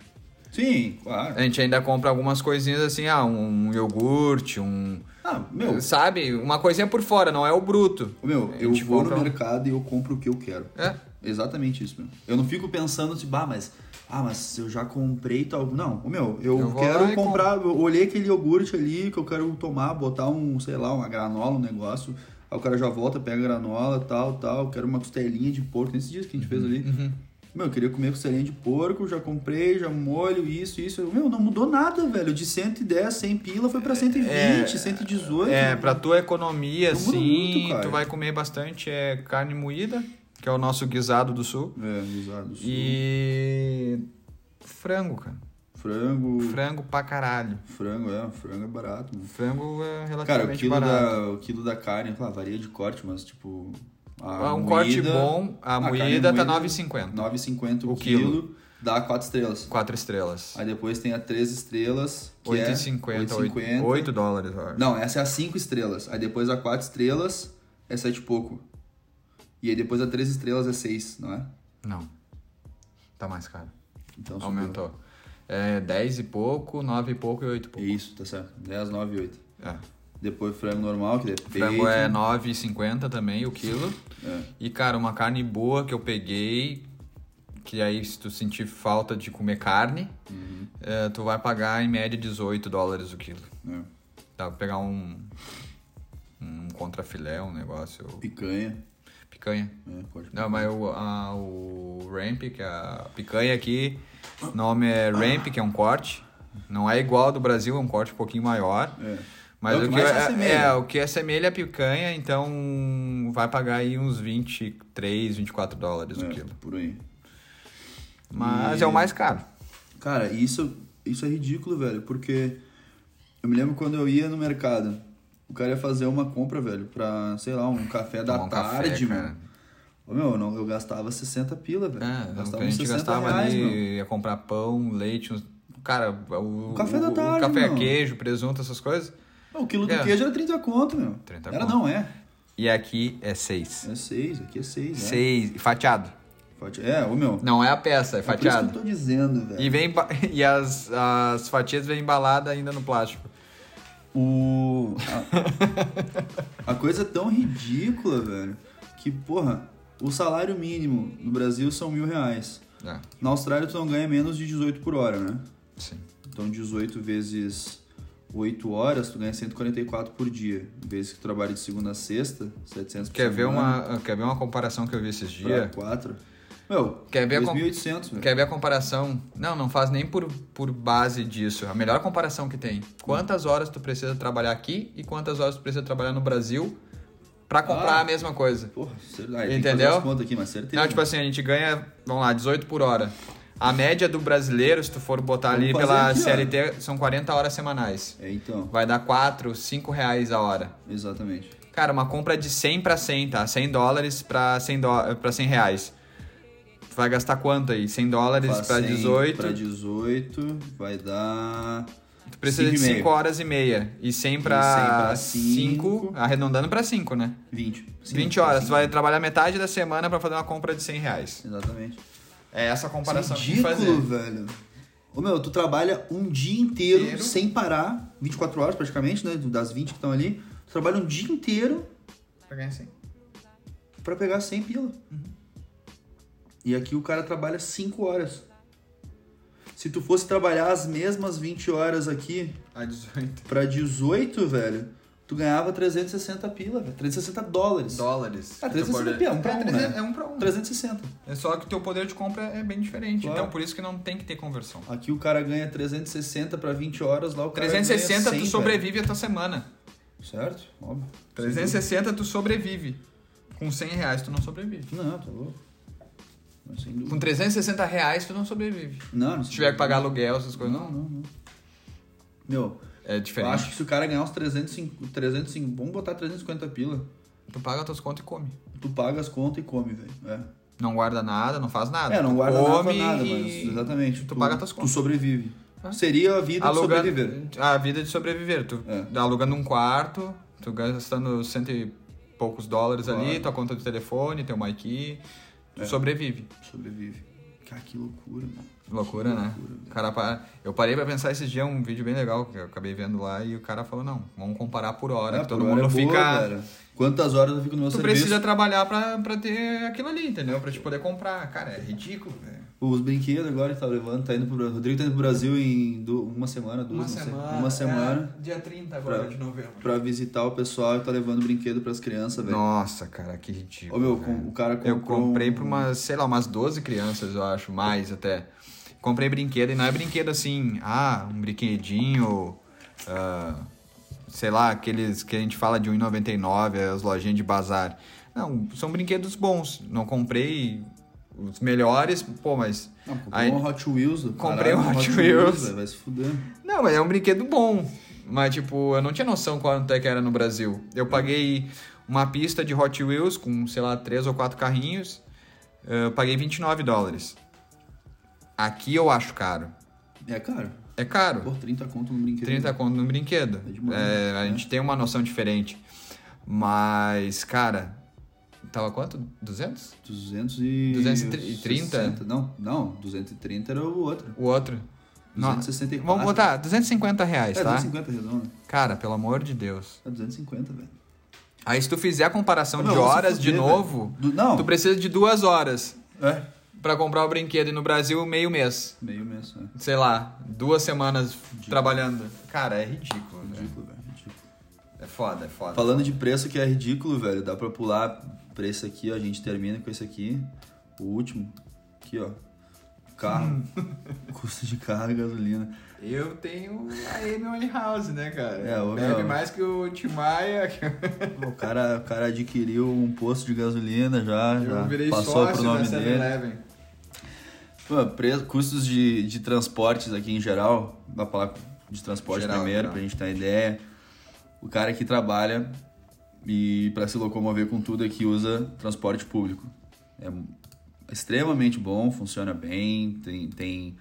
S3: Sim, claro.
S4: A gente ainda compra algumas coisinhas assim, ah, um iogurte, um.
S3: Ah, meu,
S4: Sabe? Uma coisinha por fora, não é o bruto.
S3: meu,
S4: A
S3: eu
S4: gente
S3: vou
S4: compra
S3: no
S4: um-
S3: mercado e eu compro o que eu quero.
S4: É.
S3: Exatamente isso, meu. Eu não fico pensando, tipo, ah, mas. Ah, mas eu já comprei tal. Não, ô, meu, eu,
S4: Eu vou lá
S3: quero
S4: e
S3: comprar. Eu olhei aquele iogurte ali que eu quero tomar, botar um, sei lá, uma granola, um negócio. Aí o cara já volta, pega a granola, tal, tal. Quero uma costelinha de porco. Nesses dias que a gente fez ali.
S4: Uhum.
S3: Meu, eu queria comer costelinha de porco, já comprei, já molho, isso, isso. Meu, não mudou nada, velho. De 110, 100 pila foi pra 120, 118.
S4: É, pra tua economia,
S3: Não muda muito,
S4: sim,
S3: É cara.
S4: tu vai comer bastante é, carne moída, que é o nosso guisado do sul.
S3: É, guisado,
S4: E. frango, cara.
S3: frango.
S4: Frango pra caralho.
S3: Frango, é, frango é barato, mano.
S4: Frango é
S3: Cara, o
S4: relativamente
S3: quilo,
S4: barato.
S3: da, o quilo da carne, claro, varia de corte, mas tipo. a
S4: um
S3: moída-
S4: corte bom, a,
S3: carne
S4: moída tá
S3: moída,
S4: 9,50.
S3: 9,50 o
S4: O
S3: quilo,
S4: quilo.
S3: dá 4 estrelas.
S4: Quatro estrelas.
S3: Aí depois tem a 3 estrelas, que é
S4: 8,50. 8,50. 8 dólares, eu acho.
S3: Não, essa é a 5 estrelas. Aí depois a 4 estrelas é 7 e pouco. E aí depois a 3 estrelas é 6, não é?
S4: Não. Tá mais caro.
S3: Então subiu.
S4: Aumentou. É 10 e pouco, 9 e pouco e 8 e
S3: É
S4: pouco.
S3: Isso, tá certo. 10, 9 e 8.
S4: É.
S3: Depois frango normal, que é
S4: Frango é
S3: bacon.
S4: 9,50 também o quilo.
S3: É.
S4: E, cara, uma carne boa que eu peguei, que aí se tu sentir falta de comer carne, eh, tu vai pagar em média 18 dólares o quilo.
S3: É.
S4: Dá pra pegar um, um contrafilé, um negócio,
S3: Picanha.
S4: picanha.
S3: É, pode
S4: Não, mas o, a- o ramp, que é a picanha aqui, o nome é ramp, que é um corte. Não é igual ao do Brasil, é um corte um pouquinho maior.
S3: É.
S4: Mas
S3: É o
S4: o
S3: que
S4: que,
S3: mais se
S4: é,
S3: assemelha.
S4: é, o que assemelha a picanha, então vai pagar aí uns 23, 24 dólares o
S3: É,
S4: quilo.
S3: por aí.
S4: Mas é o mais caro.
S3: Cara, isso, isso é ridículo, velho, porque eu me lembro quando eu ia no mercado, o cara ia fazer uma compra, velho, pra, sei lá, um café da
S4: Tomar um café,
S3: tarde,
S4: cara.
S3: mano. Ô, meu, eu, não, eu gastava 60 pila, velho.
S4: É, o
S3: gastava
S4: que a
S3: uns
S4: gente
S3: 60
S4: gastava
S3: reais,
S4: ali,
S3: meu.
S4: ia comprar pão, leite, uns- cara, o,
S3: O café da
S4: o- o
S3: tarde,
S4: café é
S3: meu.
S4: queijo, presunto, essas coisas.
S3: Não, O quilo do
S4: É.
S3: queijo era 30 conto, meu.
S4: 30
S3: era
S4: conto.
S3: não, é.
S4: E aqui é 6.
S3: É 6, aqui é 6, né?
S4: Seis, fatiado.
S3: Fati- É, ô, meu.
S4: Não é a peça, é
S3: é por isso que eu
S4: fatiado.
S3: tô dizendo,
S4: E,
S3: velho.
S4: vem, emba- e as, as fatias vêm embaladas ainda no plástico.
S3: O... A... a coisa é tão ridícula, velho, que, porra, o salário mínimo no Brasil são mil reais.
S4: É,
S3: Na Austrália tu não ganha menos de 18 por hora, né?
S4: sim.
S3: Então 18 vezes 8 horas, tu ganha 144 por dia. Vezes que tu trabalha de segunda a sexta, 700 por
S4: Quer ver,
S3: semana,
S4: uma, quer ver uma comparação que eu vi esses
S3: pra
S4: dias?
S3: 4. Meu,
S4: Quer ver a comp-
S3: 2.800, velho.
S4: Quer ver a comparação? Não, não faz nem por, por base disso. A melhor comparação que tem. Quantas horas tu precisa trabalhar aqui e quantas horas tu precisa trabalhar no Brasil pra comprar
S3: Ah.
S4: a mesma coisa?
S3: Porra, certeza. Aí, tem que
S4: Entendeu?
S3: fazer as contas aqui, mas certeza.
S4: Não, tipo assim, a gente ganha, vamos lá, 18 por hora. A média do brasileiro, se tu for botar
S3: Vamos
S4: ali
S3: fazer
S4: pela
S3: aqui, ó.
S4: CLT, são 40 horas semanais.
S3: É, então,
S4: Vai dar 4, 5 reais a hora.
S3: exatamente.
S4: Cara, uma compra de 100 pra 100, tá? 100 dólares pra 100, dó- pra 100 reais. Tu vai gastar quanto aí? 100 dólares
S3: Faz
S4: pra
S3: 100
S4: 18.
S3: Pra 18, vai dar...
S4: Tu precisa de
S3: 5,5.
S4: 5 horas e meia. E 100
S3: E 100
S4: pra
S3: pra
S4: 5,
S3: cinco.
S4: arredondando pra 5, né?
S3: 20. Sim,
S4: 20 horas.
S3: sim.
S4: Tu vai trabalhar metade da semana pra fazer uma compra de 100 reais.
S3: Exatamente.
S4: É essa a
S3: Isso
S4: comparação
S3: é
S4: que tem que
S3: ridículo,
S4: fazer.
S3: velho. Ô meu, tu trabalha um dia inteiro,
S4: Inteiro.
S3: sem parar, 24 horas praticamente, né? Das 20 que estão ali. Tu trabalha um dia inteiro
S4: Pra ganhar 100.
S3: pra pegar 100 pila.
S4: Uhum.
S3: E aqui o cara trabalha 5 horas. Se tu fosse trabalhar as mesmas 20 horas aqui
S4: A 18
S3: pra 18, velho, tu ganhava 360 pila, velho. 360 dólares.
S4: dólares.
S3: Ah,
S4: Que tu
S3: 360
S4: pode-
S3: é um pra
S4: É,
S3: um,
S4: 300
S3: né?
S4: É um pra um.
S3: 360.
S4: É só que o teu poder de compra é bem diferente.
S3: Claro.
S4: Então por isso que não tem que ter conversão.
S3: Aqui o cara ganha 360 pra 20 horas, lá o cara ganha 100,
S4: 360 tu
S3: velho.
S4: sobrevive a tua semana.
S3: Certo? Óbvio.
S4: 360 tu sobrevive. Com 100 reais tu não sobrevive.
S3: Não, tá louco. Mas sem
S4: Com
S3: dúvida.
S4: 360 reais tu não sobrevive.
S3: Não, não
S4: Se
S3: sei.
S4: tiver que pagar aluguel, essas coisas,
S3: Não,
S4: não.
S3: não, não. Meu,
S4: É
S3: eu
S4: diferente.
S3: acho que se o cara ganhar uns 305, 305 vamos botar 350 pila.
S4: Tu paga tuas contas e come.
S3: Tu paga as contas e come, velho. É.
S4: Não guarda nada, não faz nada.
S3: é, não
S4: Ah, Tu
S3: guarda nada pra
S4: come
S3: nada,
S4: e
S3: mas exatamente.
S4: Tu, paga tuas
S3: Tu
S4: contas.
S3: sobrevive.
S4: Ah.
S3: Seria a vida
S4: Aluga-
S3: de sobreviver.
S4: A vida de sobreviver. Tu
S3: É.
S4: alugando um quarto, tu gastando cento e poucos dólares ali, tua conta de telefone, teu Mikey. Tu
S3: É.
S4: sobrevive.
S3: Sobrevive. Cara, que loucura, mano.
S4: Loucura, né? O cara pa- Eu parei pra pensar esses dias um vídeo bem legal que eu acabei vendo lá e o cara falou: não, vamos comparar por hora,
S3: É,
S4: que todo
S3: por hora
S4: mundo
S3: é boa,
S4: fica.
S3: cara. Quantas horas eu fico no meu
S4: Tu
S3: serviço?
S4: precisa trabalhar pra, pra ter aquilo ali, entendeu? Pra te poder comprar. Cara, é ridículo, velho.
S3: Os brinquedos agora que tá levando, tá indo pro Brasil. Rodrigo tá indo pro Brasil em du- uma semana, duas, não sei. Uma semana.
S4: é, dia 30
S3: agora Pra- de
S4: novembro.
S3: Pra visitar o pessoal e tá levando brinquedo pras crianças, velho.
S4: Nossa, cara, que
S3: Ô,
S4: ridículo.
S3: meu,
S4: velho.
S3: com- o cara comprou
S4: Eu comprei
S3: um-
S4: pra umas, sei lá, umas 12 crianças, eu acho, mais até. Comprei brinquedo e não é brinquedo assim, ah, um brinquedinho, ah, sei lá, aqueles que a gente fala de 1,99, as lojinhas de bazar. Não, são brinquedos bons. Não comprei os melhores, pô, mas.
S3: Não, comprei
S4: aí-
S3: um Hot Wheels.
S4: Comprei
S3: caralho,
S4: um Hot Wheels.
S3: velho, vai se fuder.
S4: Não, mas é um brinquedo bom. Mas, tipo, eu não tinha noção quanto é que era no Brasil. Eu paguei uma pista de Hot Wheels com, sei lá, três ou quatro carrinhos. Ah, Eu paguei 29 dólares. Aqui eu acho caro.
S3: É caro.
S4: É caro.
S3: Pô, 30 conto num brinquedo.
S4: 30 conto no brinquedo.
S3: É demais,
S4: É, a gente tem uma noção diferente. Mas, cara, tava quanto? 200?
S3: 200 e...
S4: 230?
S3: Não, não. 230 era o outro.
S4: O outro. Não,
S3: 264.
S4: Vamos botar 250
S3: É,
S4: reais, tá?
S3: 250 redondo.
S4: Cara, pelo amor de Deus.
S3: É 250, velho.
S4: Aí se tu fizer a comparação
S3: Não,
S4: Então, de
S3: vai se
S4: horas de
S3: fuder,
S4: novo,
S3: velho. Do- não.
S4: tu precisa de duas horas
S3: É.
S4: pra comprar o brinquedo e no Brasil meio mês.
S3: Meio mês, é.
S4: Sei lá, duas semanas trabalhando. Cara, é ridículo, né?
S3: Ridículo, velho. Ridículo.
S4: É foda, é foda.
S3: Falando de preço que é ridículo, velho. Dá pra pular preço aqui, ó. A gente termina com esse aqui. O último. Aqui, ó. Carro. Custo de carro e gasolina.
S4: Eu tenho a Amy House, né, cara?
S3: É, ô, Bebe meu. mais
S4: que o Timaya.
S3: O cara, o cara adquiriu um posto de gasolina já. já passou pro nome dele. Pô, preço, custos de, de transportes aqui em geral. Dá pra falar de transporte
S4: Geral,
S3: primeiro,
S4: geral.
S3: pra gente ter uma ideia. O cara que trabalha e para se locomover com tudo aqui usa transporte público. É extremamente bom, funciona bem, tem, tem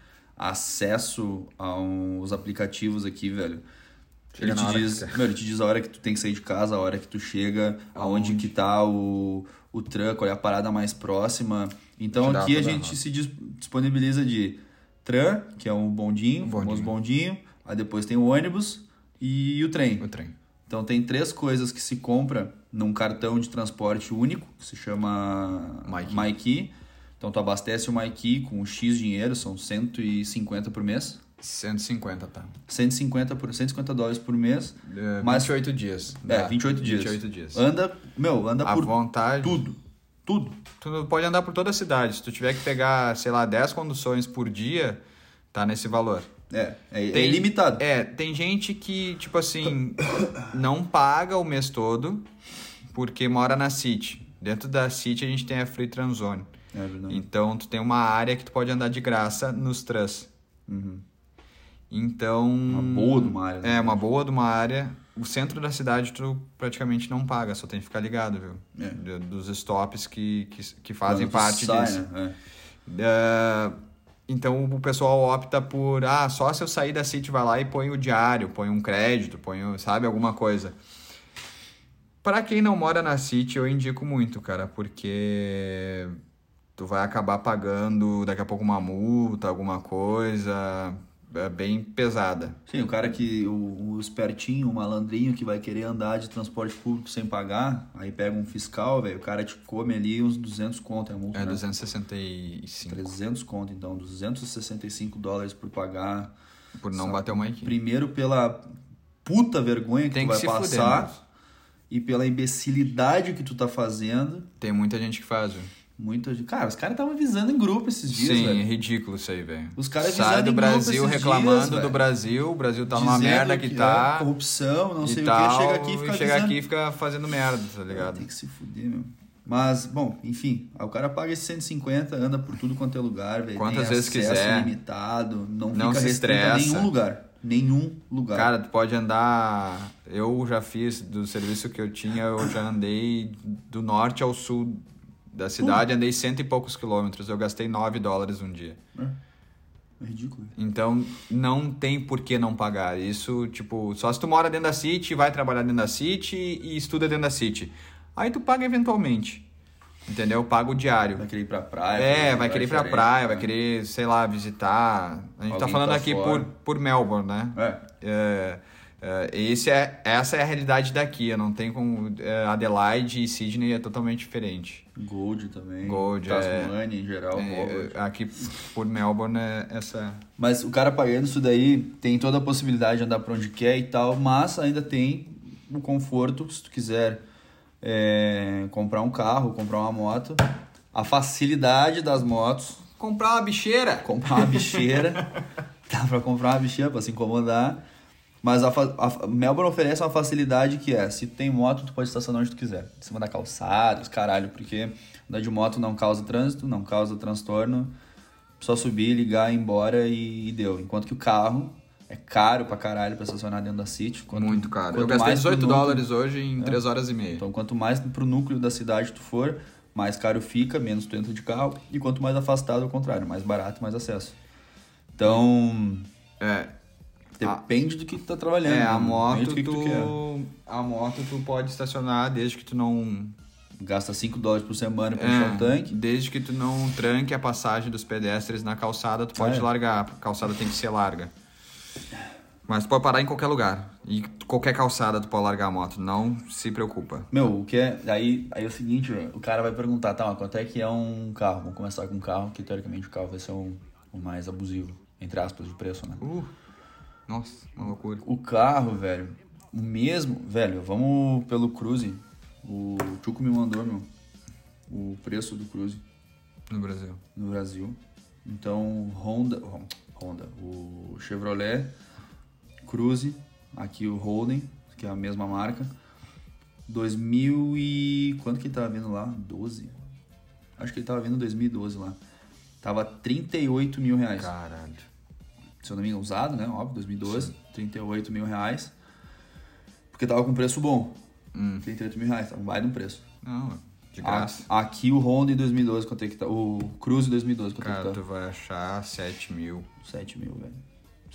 S3: acesso aos aplicativos aqui, velho. ele,
S4: Chega na
S3: te
S4: hora que
S3: diz,
S4: tu quer.
S3: meu, ele te diz a hora que tu tem que sair de casa, a hora que tu chega, aonde, que tá o, o truck, olha a parada mais próxima. Então
S4: Te dá
S3: aqui a
S4: toda a
S3: gente
S4: rota.
S3: se dis- disponibiliza de tram, que é um bondinho,
S4: Um
S3: um famoso
S4: bondinho.
S3: bondinho, aí depois tem o ônibus e o trem.
S4: O trem.
S3: Então tem três coisas que se compra num cartão de transporte único, que se chama
S4: MyKey.
S3: MyKey. Então tu abastece o MyKey com X dinheiro, são 150 por mês.
S4: 150, tá.
S3: 150 por 150 dólares por mês.
S4: É,
S3: Mas-
S4: 28 dias.
S3: É,
S4: Dá.
S3: 28 dias.
S4: 28 dias.
S3: Anda, meu, anda
S4: A
S3: por
S4: vontade.
S3: tudo. Tudo.
S4: Tu pode andar por toda a cidade. Se tu tiver que pegar, sei lá, 10 conduções por dia, tá nesse valor.
S3: É, é, é
S4: Tem-
S3: ilimitado.
S4: É, tem gente que, tipo assim, não paga o mês todo porque mora na City. Dentro da City a gente tem a Free Tranzone.
S3: É verdade.
S4: Então tu tem uma área que tu pode andar de graça nos trans. Então.
S3: Uhum. Uma boa de uma área. né?
S4: É, uma boa de uma área. O centro da cidade tu praticamente não paga, só tem que ficar ligado, viu?
S3: É.
S4: Do- Dos stops que, que, que fazem
S3: Quando tu
S4: parte
S3: sai,
S4: disso.
S3: né?
S4: Ah, então o pessoal opta por, ah, só se eu sair da City vai lá e põe o diário, põe um crédito, põe, o- sabe, alguma coisa. Pra quem não mora na City, eu indico muito, cara, porque tu vai acabar pagando daqui a pouco uma multa, alguma coisa é, bem pesada.
S3: É. Sim, o cara que. O, o espertinho, o malandrinho que vai querer andar de transporte público sem pagar, aí pega um fiscal, velho, o cara te come ali uns 200 conto, é a multa.
S4: É
S3: né?
S4: 265
S3: 300 conto, então, 265 dólares por pagar.
S4: por não
S3: Sabe?
S4: bater o Mike.
S3: Primeiro pela puta vergonha que
S4: Tem
S3: tu
S4: que
S3: vai
S4: se
S3: passar
S4: fuder, né?
S3: e pela imbecilidade que tu tá fazendo.
S4: Tem muita gente que faz, viu?
S3: Muito. Cara, os caras estavam avisando em grupo esses dias,
S4: Sim, é
S3: velho.
S4: ridículo isso aí, velho.
S3: Os caras
S4: Sai
S3: fizeram
S4: do
S3: em grupo
S4: Brasil
S3: esses dias,
S4: reclamando do
S3: velho.
S4: Brasil, o Brasil tá numa
S3: Dizendo
S4: merda que,
S3: é
S4: tá.
S3: corrupção, não
S4: e
S3: sei o
S4: tal,
S3: que, chega aqui e fica
S4: e chega
S3: avisando.
S4: aqui e fica fazendo merda, tá ligado?
S3: É, Tem que se fuder, meu. Mas, bom, enfim, aí o cara paga esses 150, anda por tudo quanto é lugar, velho.
S4: Quantas
S3: tem
S4: vezes
S3: acesso
S4: quiser.
S3: limitado, não,
S4: Não
S3: fica
S4: se
S3: restrito a
S4: estressa.
S3: nenhum lugar. Nenhum lugar.
S4: Cara, tu pode andar. Eu já fiz do serviço que eu tinha, eu já andei do norte ao sul da cidade, andei cento e poucos quilômetros. Eu gastei 9 dólares um dia.
S3: é ridículo.
S4: Então não tem por que não pagar. Isso, tipo, só se tu mora dentro da City, vai trabalhar dentro da City e estuda dentro da City. Aí tu paga eventualmente. Entendeu? Paga o diário.
S3: Vai querer ir pra praia.
S4: É, vai querer ir pra
S3: diferente,
S4: praia,
S3: né?
S4: vai querer, sei lá, visitar. A gente tá
S3: Alguém
S4: falando
S3: tá
S4: aqui
S3: fora.
S4: por, por Melbourne, né?
S3: É.
S4: É, é, esse é, essa é a realidade daqui. Eu não tenho como. é, Adelaide e Sydney é totalmente diferente.
S3: Gold também.
S4: Gold, é.
S3: Tasmania em geral, Hobart.
S4: É, aqui por Melbourne é essa.
S3: Mas o cara pagando isso daí tem toda a possibilidade de andar pra onde quer e tal, mas ainda tem o conforto, se tu quiser é, comprar um carro, comprar uma moto, a facilidade das motos,
S4: Comprar uma bicheira!
S3: comprar uma bicheira, dá pra comprar uma bicheira pra se incomodar, mas a, fa- a- Melbourne oferece uma facilidade que é, se tu tem moto, tu pode estacionar onde tu quiser, em cima da calçada, os caralho, porque andar de moto não causa trânsito, não causa transtorno, só subir, ligar, ir embora e, e deu. Enquanto que o carro é caro pra caralho pra estacionar dentro da City. Quanto-
S4: Muito caro. Eu
S3: quanto
S4: gastei
S3: mais pro
S4: 18
S3: núcleo-
S4: dólares hoje em 3 horas e meia.
S3: Então, quanto mais pro núcleo da cidade tu for, mais caro fica, menos tu entra de carro. E quanto mais afastado, ao contrário, mais barato, mais acesso. Então,
S4: É,
S3: depende do que tu tá trabalhando.
S4: é
S3: né?
S4: a
S3: Depende
S4: moto
S3: do que
S4: tu,
S3: que tu quer.
S4: a moto tu pode estacionar desde que tu não
S3: Gasta 5 dólares por semana pra encher
S4: É,
S3: o tanque.
S4: Desde que tu não tranque a passagem dos pedestres na calçada, tu pode
S3: é?
S4: largar. A calçada tem que ser larga. Mas tu pode parar em qualquer lugar. E qualquer calçada tu pode largar a moto. Não se preocupa.
S3: Meu, o que é. Aí, aí é o seguinte, velho, o cara vai perguntar, tá, mas quanto é que é um carro? Vamos começar com um carro, que teoricamente o carro vai ser um, o mais abusivo, entre aspas, de preço, né?
S4: Uh, nossa, uma loucura.
S3: O carro, velho, o mesmo, velho, vamos pelo Cruze. O Tuco me mandou, meu, o preço do Cruze
S4: No Brasil.
S3: no Brasil. Então, Honda, Honda, o Chevrolet Cruze, aqui o Holden, que é a mesma marca. 2000 e quanto que ele tava vendo lá? 12. Acho que ele tava vendo 2012 lá. Tava 38 mil reais
S4: Caralho.
S3: se eu não me engano, usado, né? Óbvio, 2012, 38 mil reais. Porque tava com preço bom. 38 mil reais, tava um baita um preço.
S4: Não, Hum. de graça.
S3: A- aqui o Honda em 2012, quanto é que tá? O Cruze em 2012, quanto é
S4: Cara,
S3: que
S4: tu
S3: tá?
S4: vai achar 7 mil.
S3: 7 mil, velho.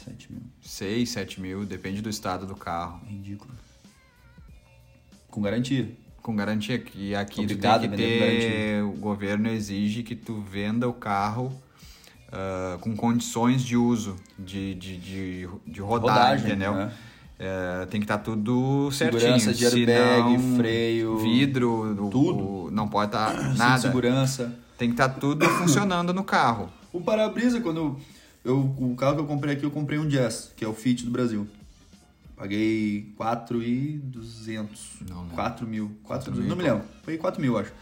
S3: 7 mil.
S4: 6, 7 mil, depende do estado do carro.
S3: É ridículo. Com garantia.
S4: Com garantia que aqui
S3: Obrigado,
S4: tu tem que
S3: vendendo
S4: ter, o governo exige que tu venda o carro ah, com condições de uso, de, de, de, de rodar,
S3: Rodagem,
S4: entendeu?
S3: né?
S4: É, tem que estar tudo certinho.
S3: Segurança de airbag,
S4: senão,
S3: freio,
S4: vidro, o-
S3: tudo.
S4: o- não pode estar
S3: Cinto de
S4: nada.
S3: segurança.
S4: Tem que estar tudo funcionando no carro.
S3: O para-brisa, quando eu, o carro que eu comprei aqui, eu comprei um Jazz, que é o Fit do Brasil. Paguei 4,200.
S4: Não lembro.
S3: 4 mil. 4 mil, não me lembro. Foi 4 mil, eu acho.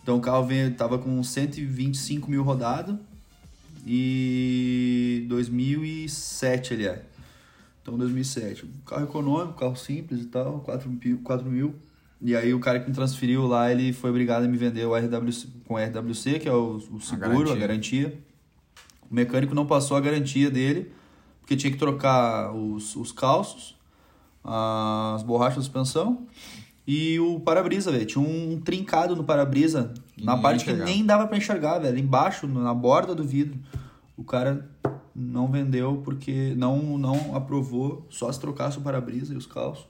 S3: Então o carro veio, tava com 125 mil rodado e 2007 ele é. Então 2007. Carro econômico, carro simples e tal, 4 mil. 4 mil. E aí o cara que me transferiu lá, ele foi obrigado a me vender o RWC, com RWC, que é o, o seguro,
S4: garantia.
S3: a garantia. O mecânico não passou a garantia dele, porque tinha que trocar os, os calços, as borrachas de suspensão e o para-brisa, velho. Tinha um trincado no para-brisa,
S4: Que
S3: na
S4: ninguém
S3: parte
S4: enxergava.
S3: que nem dava pra enxergar, velho. Embaixo, no- na borda do vidro. O cara não vendeu porque não, não aprovou, só se trocasse o para-brisa e os calços.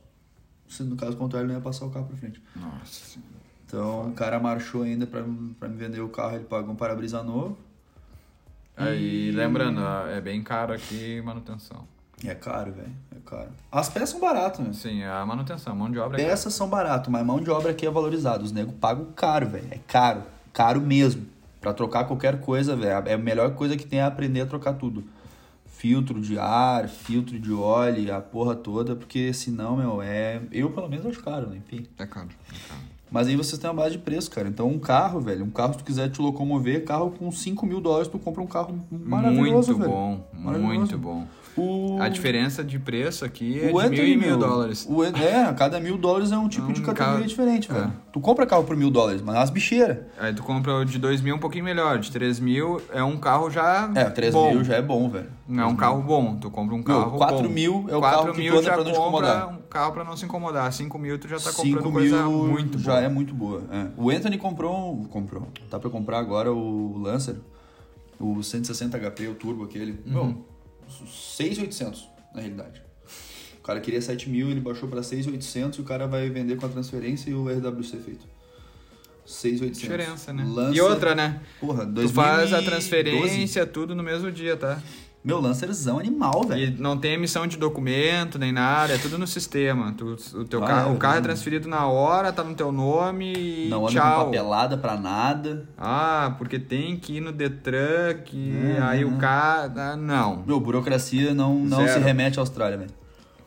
S3: Se no caso contrário, ele não ia passar o carro pra frente.
S4: Nossa.
S3: Então o cara marchou ainda pra, pra me vender o carro, ele pagou um para-brisa novo.
S4: Aí, lembrando, é bem caro aqui manutenção.
S3: E é caro, velho. É caro. As peças são baratas, né?
S4: Sim, a manutenção, mão de obra é
S3: Peças são barato, mas mão de obra aqui é valorizada. Os negros pagam caro, velho. É caro. Caro mesmo. Pra trocar qualquer coisa, velho. É a melhor coisa que tem é aprender a trocar tudo. Filtro de ar, filtro de óleo, a porra toda, porque senão, meu, é. Eu pelo menos acho caro, né? Enfim.
S4: É caro. É caro.
S3: Mas aí vocês têm uma base de preço, cara. Então, um carro, velho, um carro, se tu quiser te locomover, carro com 5 mil dólares, tu compra um carro maravilhoso,
S4: Muito
S3: velho.
S4: bom,
S3: Maravilhoso.
S4: muito bom.
S3: O...
S4: A diferença de preço aqui é
S3: O
S4: de mil e
S3: Anthony,
S4: mil
S3: meu,
S4: dólares.
S3: o An- é, a cada mil dólares é um tipo de
S4: Um
S3: categoria
S4: carro-
S3: diferente,
S4: é.
S3: velho. Tu compra carro por mil dólares, mas é umas bicheiras.
S4: Aí tu compra o de 2 mil um pouquinho melhor, de 3 mil é um carro já
S3: É, 3
S4: bom.
S3: mil já é bom, velho.
S4: Não é um carro bom, tu compra um carro
S3: 4
S4: bom.
S3: mil é o
S4: 4
S3: carro que tu
S4: mil
S3: anda
S4: já
S3: pra não te
S4: compra
S3: incomodar.
S4: um carro pra não se incomodar, 5 mil tu já tá
S3: 5
S4: comprando
S3: mil
S4: coisa muito
S3: já
S4: boa.
S3: é muito boa. é. O Anthony comprou, um- comprou, tá pra comprar agora o Lancer, o 160 HP, o turbo aquele.
S4: Uhum.
S3: Bom, 6,800 na realidade. O cara queria 7 mil, ele baixou pra 6,800 e o cara vai vender com a transferência e o RWC feito. 6,800.
S4: Diferença, né?
S3: Lancer,
S4: E outra, né?
S3: Porra,
S4: Tu faz a
S3: 2012.
S4: transferência, tudo no mesmo dia, tá?
S3: Meu Lancerzão animal, velho.
S4: E não tem emissão de documento nem nada, é tudo no sistema. Tu- o, teu
S3: Ah,
S4: carro,
S3: é,
S4: o carro é
S3: né?
S4: transferido na hora, tá no teu nome e
S3: Não anda com
S4: tchau.
S3: papelada pra nada.
S4: Ah, porque tem que ir no Detran, que
S3: Hum,
S4: aí
S3: hum.
S4: o cara. ah, não.
S3: Meu, burocracia não, não
S4: Zero.
S3: se remete à Austrália, velho.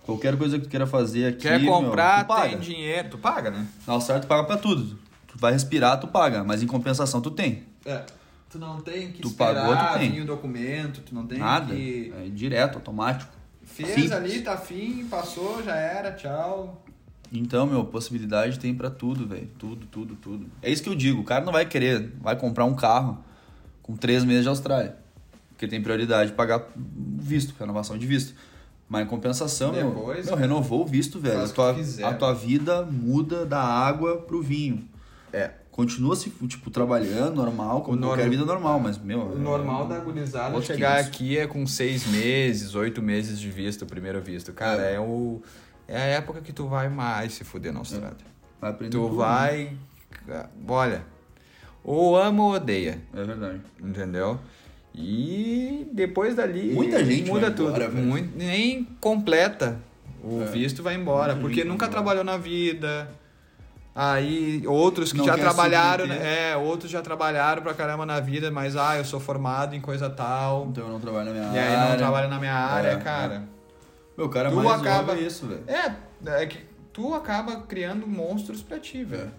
S3: Qualquer coisa que tu queira fazer aqui.
S4: Quer
S3: meu,
S4: comprar,
S3: tu paga.
S4: tem dinheiro. Tu paga, né?
S3: Na Austrália tu paga pra tudo. Tu vai respirar, tu paga, mas em compensação tu tem.
S4: É. Tu não tem que
S3: Tu esperar pagou, tu tem. vir
S4: o documento, tu não tem
S3: Nada. É direto, automático. Fez Sim. ali,
S4: tá fim, passou, já era, tchau.
S3: Então, meu, possibilidade tem pra tudo, velho. Tudo, tudo, tudo. É isso que eu digo. O cara não vai querer, vai comprar um carro com três meses de Austrália. Porque tem prioridade de pagar visto, renovação de visto. Mas em compensação, meu,
S4: Depois,
S3: meu, renovou o visto, velho. A
S4: faz o que
S3: tua,
S4: quiser.
S3: a tua vida muda da água pro vinho.
S4: É.
S3: Continua se, tipo, trabalhando normal, como
S4: O
S3: qualquer
S4: norm-
S3: vida normal, mas, meu.
S4: O
S3: é-
S4: normal da gurizada
S3: Outro
S4: chegar
S3: 500.
S4: aqui é com seis meses, oito meses de visto, o primeiro visto. Cara, é, o, é a época que tu vai mais se fuder na Austrália.
S3: Vai aprender
S4: Tu
S3: tudo, né?
S4: vai. ca- Olha, ou ama ou odeia,
S3: É verdade.
S4: entendeu? E depois dali.
S3: Muita gente
S4: muda
S3: vai
S4: tudo.
S3: embora, velho. É.
S4: Mui- nem completa o visto vai embora,
S3: Muita
S4: porque
S3: gente
S4: nunca
S3: vai
S4: trabalhou na vida. Aí outros que
S3: Não
S4: já
S3: quer se
S4: trabalharam,
S3: submeter.
S4: né? é, outros já trabalharam pra caramba na vida, mas ah, eu sou formado em coisa tal.
S3: Então eu não trabalho na minha
S4: E
S3: área.
S4: aí não trabalha na minha área,
S3: É,
S4: cara.
S3: Meu, o cara é
S4: Tu
S3: mais
S4: acaba-
S3: olha isso, velho.
S4: É, é que tu acaba criando monstros pra ti, velho.
S3: É.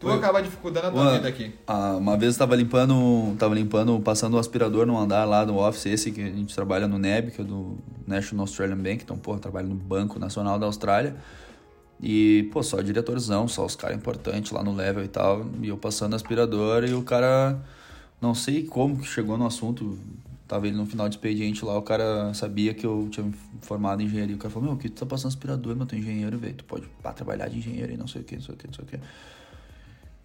S4: Tu
S3: Foi-
S4: acaba dificultando a tua
S3: Mano,
S4: vida Tá, aqui.
S3: Ah, uma vez eu tava limpando, tava limpando, passando o aspirador no andar lá do office esse que a gente trabalha no NEB, que é do National Australian Bank, então, porra, eu trabalho no Banco Nacional da Austrália. E, pô, só diretorzão, só os caras importantes lá no level e tal. E eu passando aspirador e o cara, não sei como que chegou no assunto, tava ele no final de expediente lá, o cara sabia que eu tinha me formado em engenharia. O cara falou: Meu, que tu tá passando aspirador, meu, tu é engenheiro, velho, tu pode pá, trabalhar de engenheiro e não sei o que, não sei o que, não sei o que.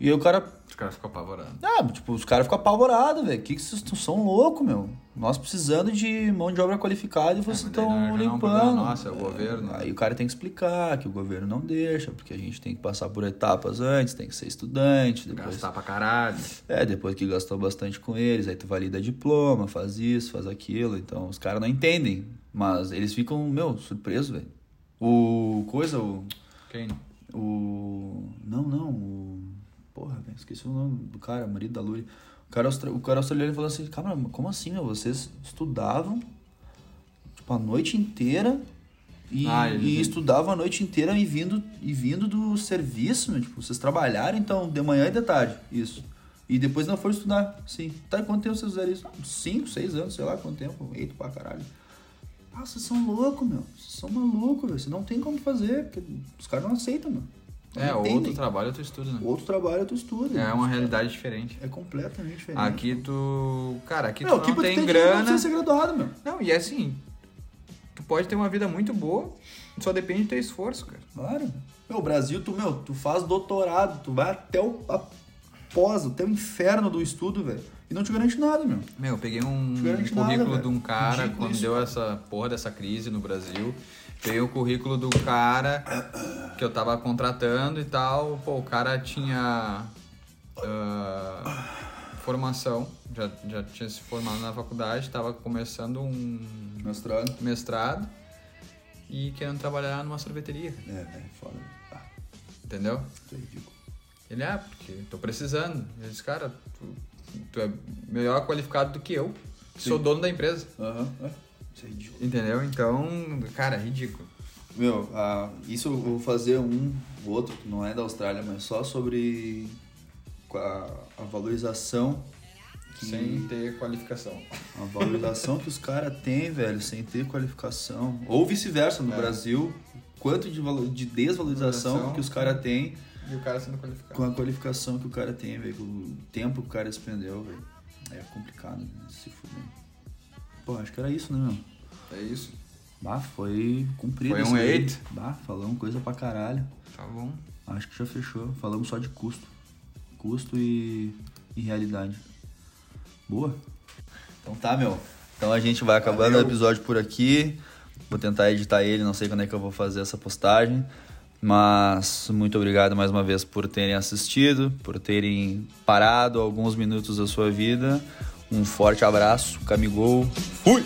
S3: E aí o cara,
S4: Os caras ficam apavorados.
S3: ah, tipo, os caras ficam apavorados, velho. Que que vocês tão- são loucos, meu? Nós precisando de mão de obra qualificada e vocês
S4: mas daí
S3: estão
S4: não- já não é um
S3: limpando.
S4: problema nosso, é o governo.
S3: Aí o cara tem que explicar que o governo não deixa, porque a gente tem que passar por etapas antes, tem que ser estudante, depois.
S4: Gastar pra caralho.
S3: É, depois que gastou bastante com eles, aí tu valida diploma, faz isso, faz aquilo. Então os caras não entendem. Mas eles ficam, meu, surpresos, velho. O. Coisa, o.
S4: Quem?
S3: O. Não, não. O... Porra, velho, esqueci o nome do cara, marido da Luri. O cara, austra- o cara australiano falou assim: Cara, mas como assim, meu? Vocês estudavam, tipo, a noite inteira e,
S4: Ah, eles-
S3: e estudavam a noite inteira e vindo, e vindo do serviço, meu. Tipo, vocês trabalharam então de manhã e de tarde, isso. E depois não foram estudar, sim. Tá, e quanto tempo vocês fizeram isso? Ah, Cinco, seis anos, sei lá quanto tempo. Eita pra caralho. Ah, vocês são loucos, meu. Vocês são malucos, velho. Vocês não tem como fazer. Porque os caras não aceitam, mano. Não
S4: É,
S3: entendem.
S4: outro trabalho, outro estudo, né?
S3: Outro trabalho, tu estuda.
S4: É uma realidade diferente.
S3: É completamente diferente.
S4: Aqui tu. Cara, aqui
S3: Meu,
S4: tu
S3: aqui
S4: não
S3: pra tu
S4: tem
S3: ter dinheiro,
S4: grana.
S3: Não precisa ser graduado, meu.
S4: Não, e é assim. Tu pode ter uma vida muito boa, só depende do teu esforço, cara.
S3: Claro. Meu, Brasil, tu, meu, tu faz doutorado, tu vai até o a, pós, até o inferno do estudo, velho. E não te garante nada, meu.
S4: Meu, eu peguei um
S3: Te garante nada,
S4: currículo
S3: velho.
S4: de um cara
S3: Ridículo
S4: quando
S3: isso,
S4: deu essa porra dessa crise no Brasil. Peguei o currículo do cara que eu tava contratando e tal. Pô, o cara tinha ah, formação, já, já tinha se formado na faculdade, tava começando um
S3: Mestrado.
S4: mestrado e querendo trabalhar numa sorveteria,
S3: É, velho, foda. Ah,
S4: entendeu?
S3: isso é ridículo.
S4: Ele, ah, porque tô precisando. Eu disse, cara, tu, tu é melhor qualificado do que eu, que sou dono da empresa,
S3: Aham, é. Isso é ridículo.
S4: entendeu? Então, cara, é ridículo.
S3: Meu, ah, isso eu vou fazer um, o outro, que não é da Austrália, mas só sobre a, a valorização. Que,
S4: Sem ter qualificação.
S3: A valorização que os caras têm, velho, sem ter qualificação. Ou vice-versa, no
S4: É.
S3: Brasil, quanto de, valo- de desvalorização
S4: Valorização.
S3: que os caras têm
S4: E o cara sendo qualificado.
S3: com a qualificação que o cara tem, velho. com O tempo que o cara despendeu, velho. É complicado, né? Se fuder. Pô, acho que era isso, né, meu?
S4: É isso.
S3: Bah, foi cumprido.
S4: Foi um
S3: isso aí.
S4: eight.
S3: Bah, falamos coisa pra caralho.
S4: Tá bom.
S3: Acho que já fechou. Falamos só de custo. Custo e, e realidade. Boa. Então tá, meu. Então a gente vai acabando o episódio por aqui. Vou tentar editar ele, não sei quando é que eu vou fazer essa postagem. Mas muito obrigado mais uma vez por terem assistido, por terem parado alguns minutos da sua vida. Um forte abraço, Camigol. Fui!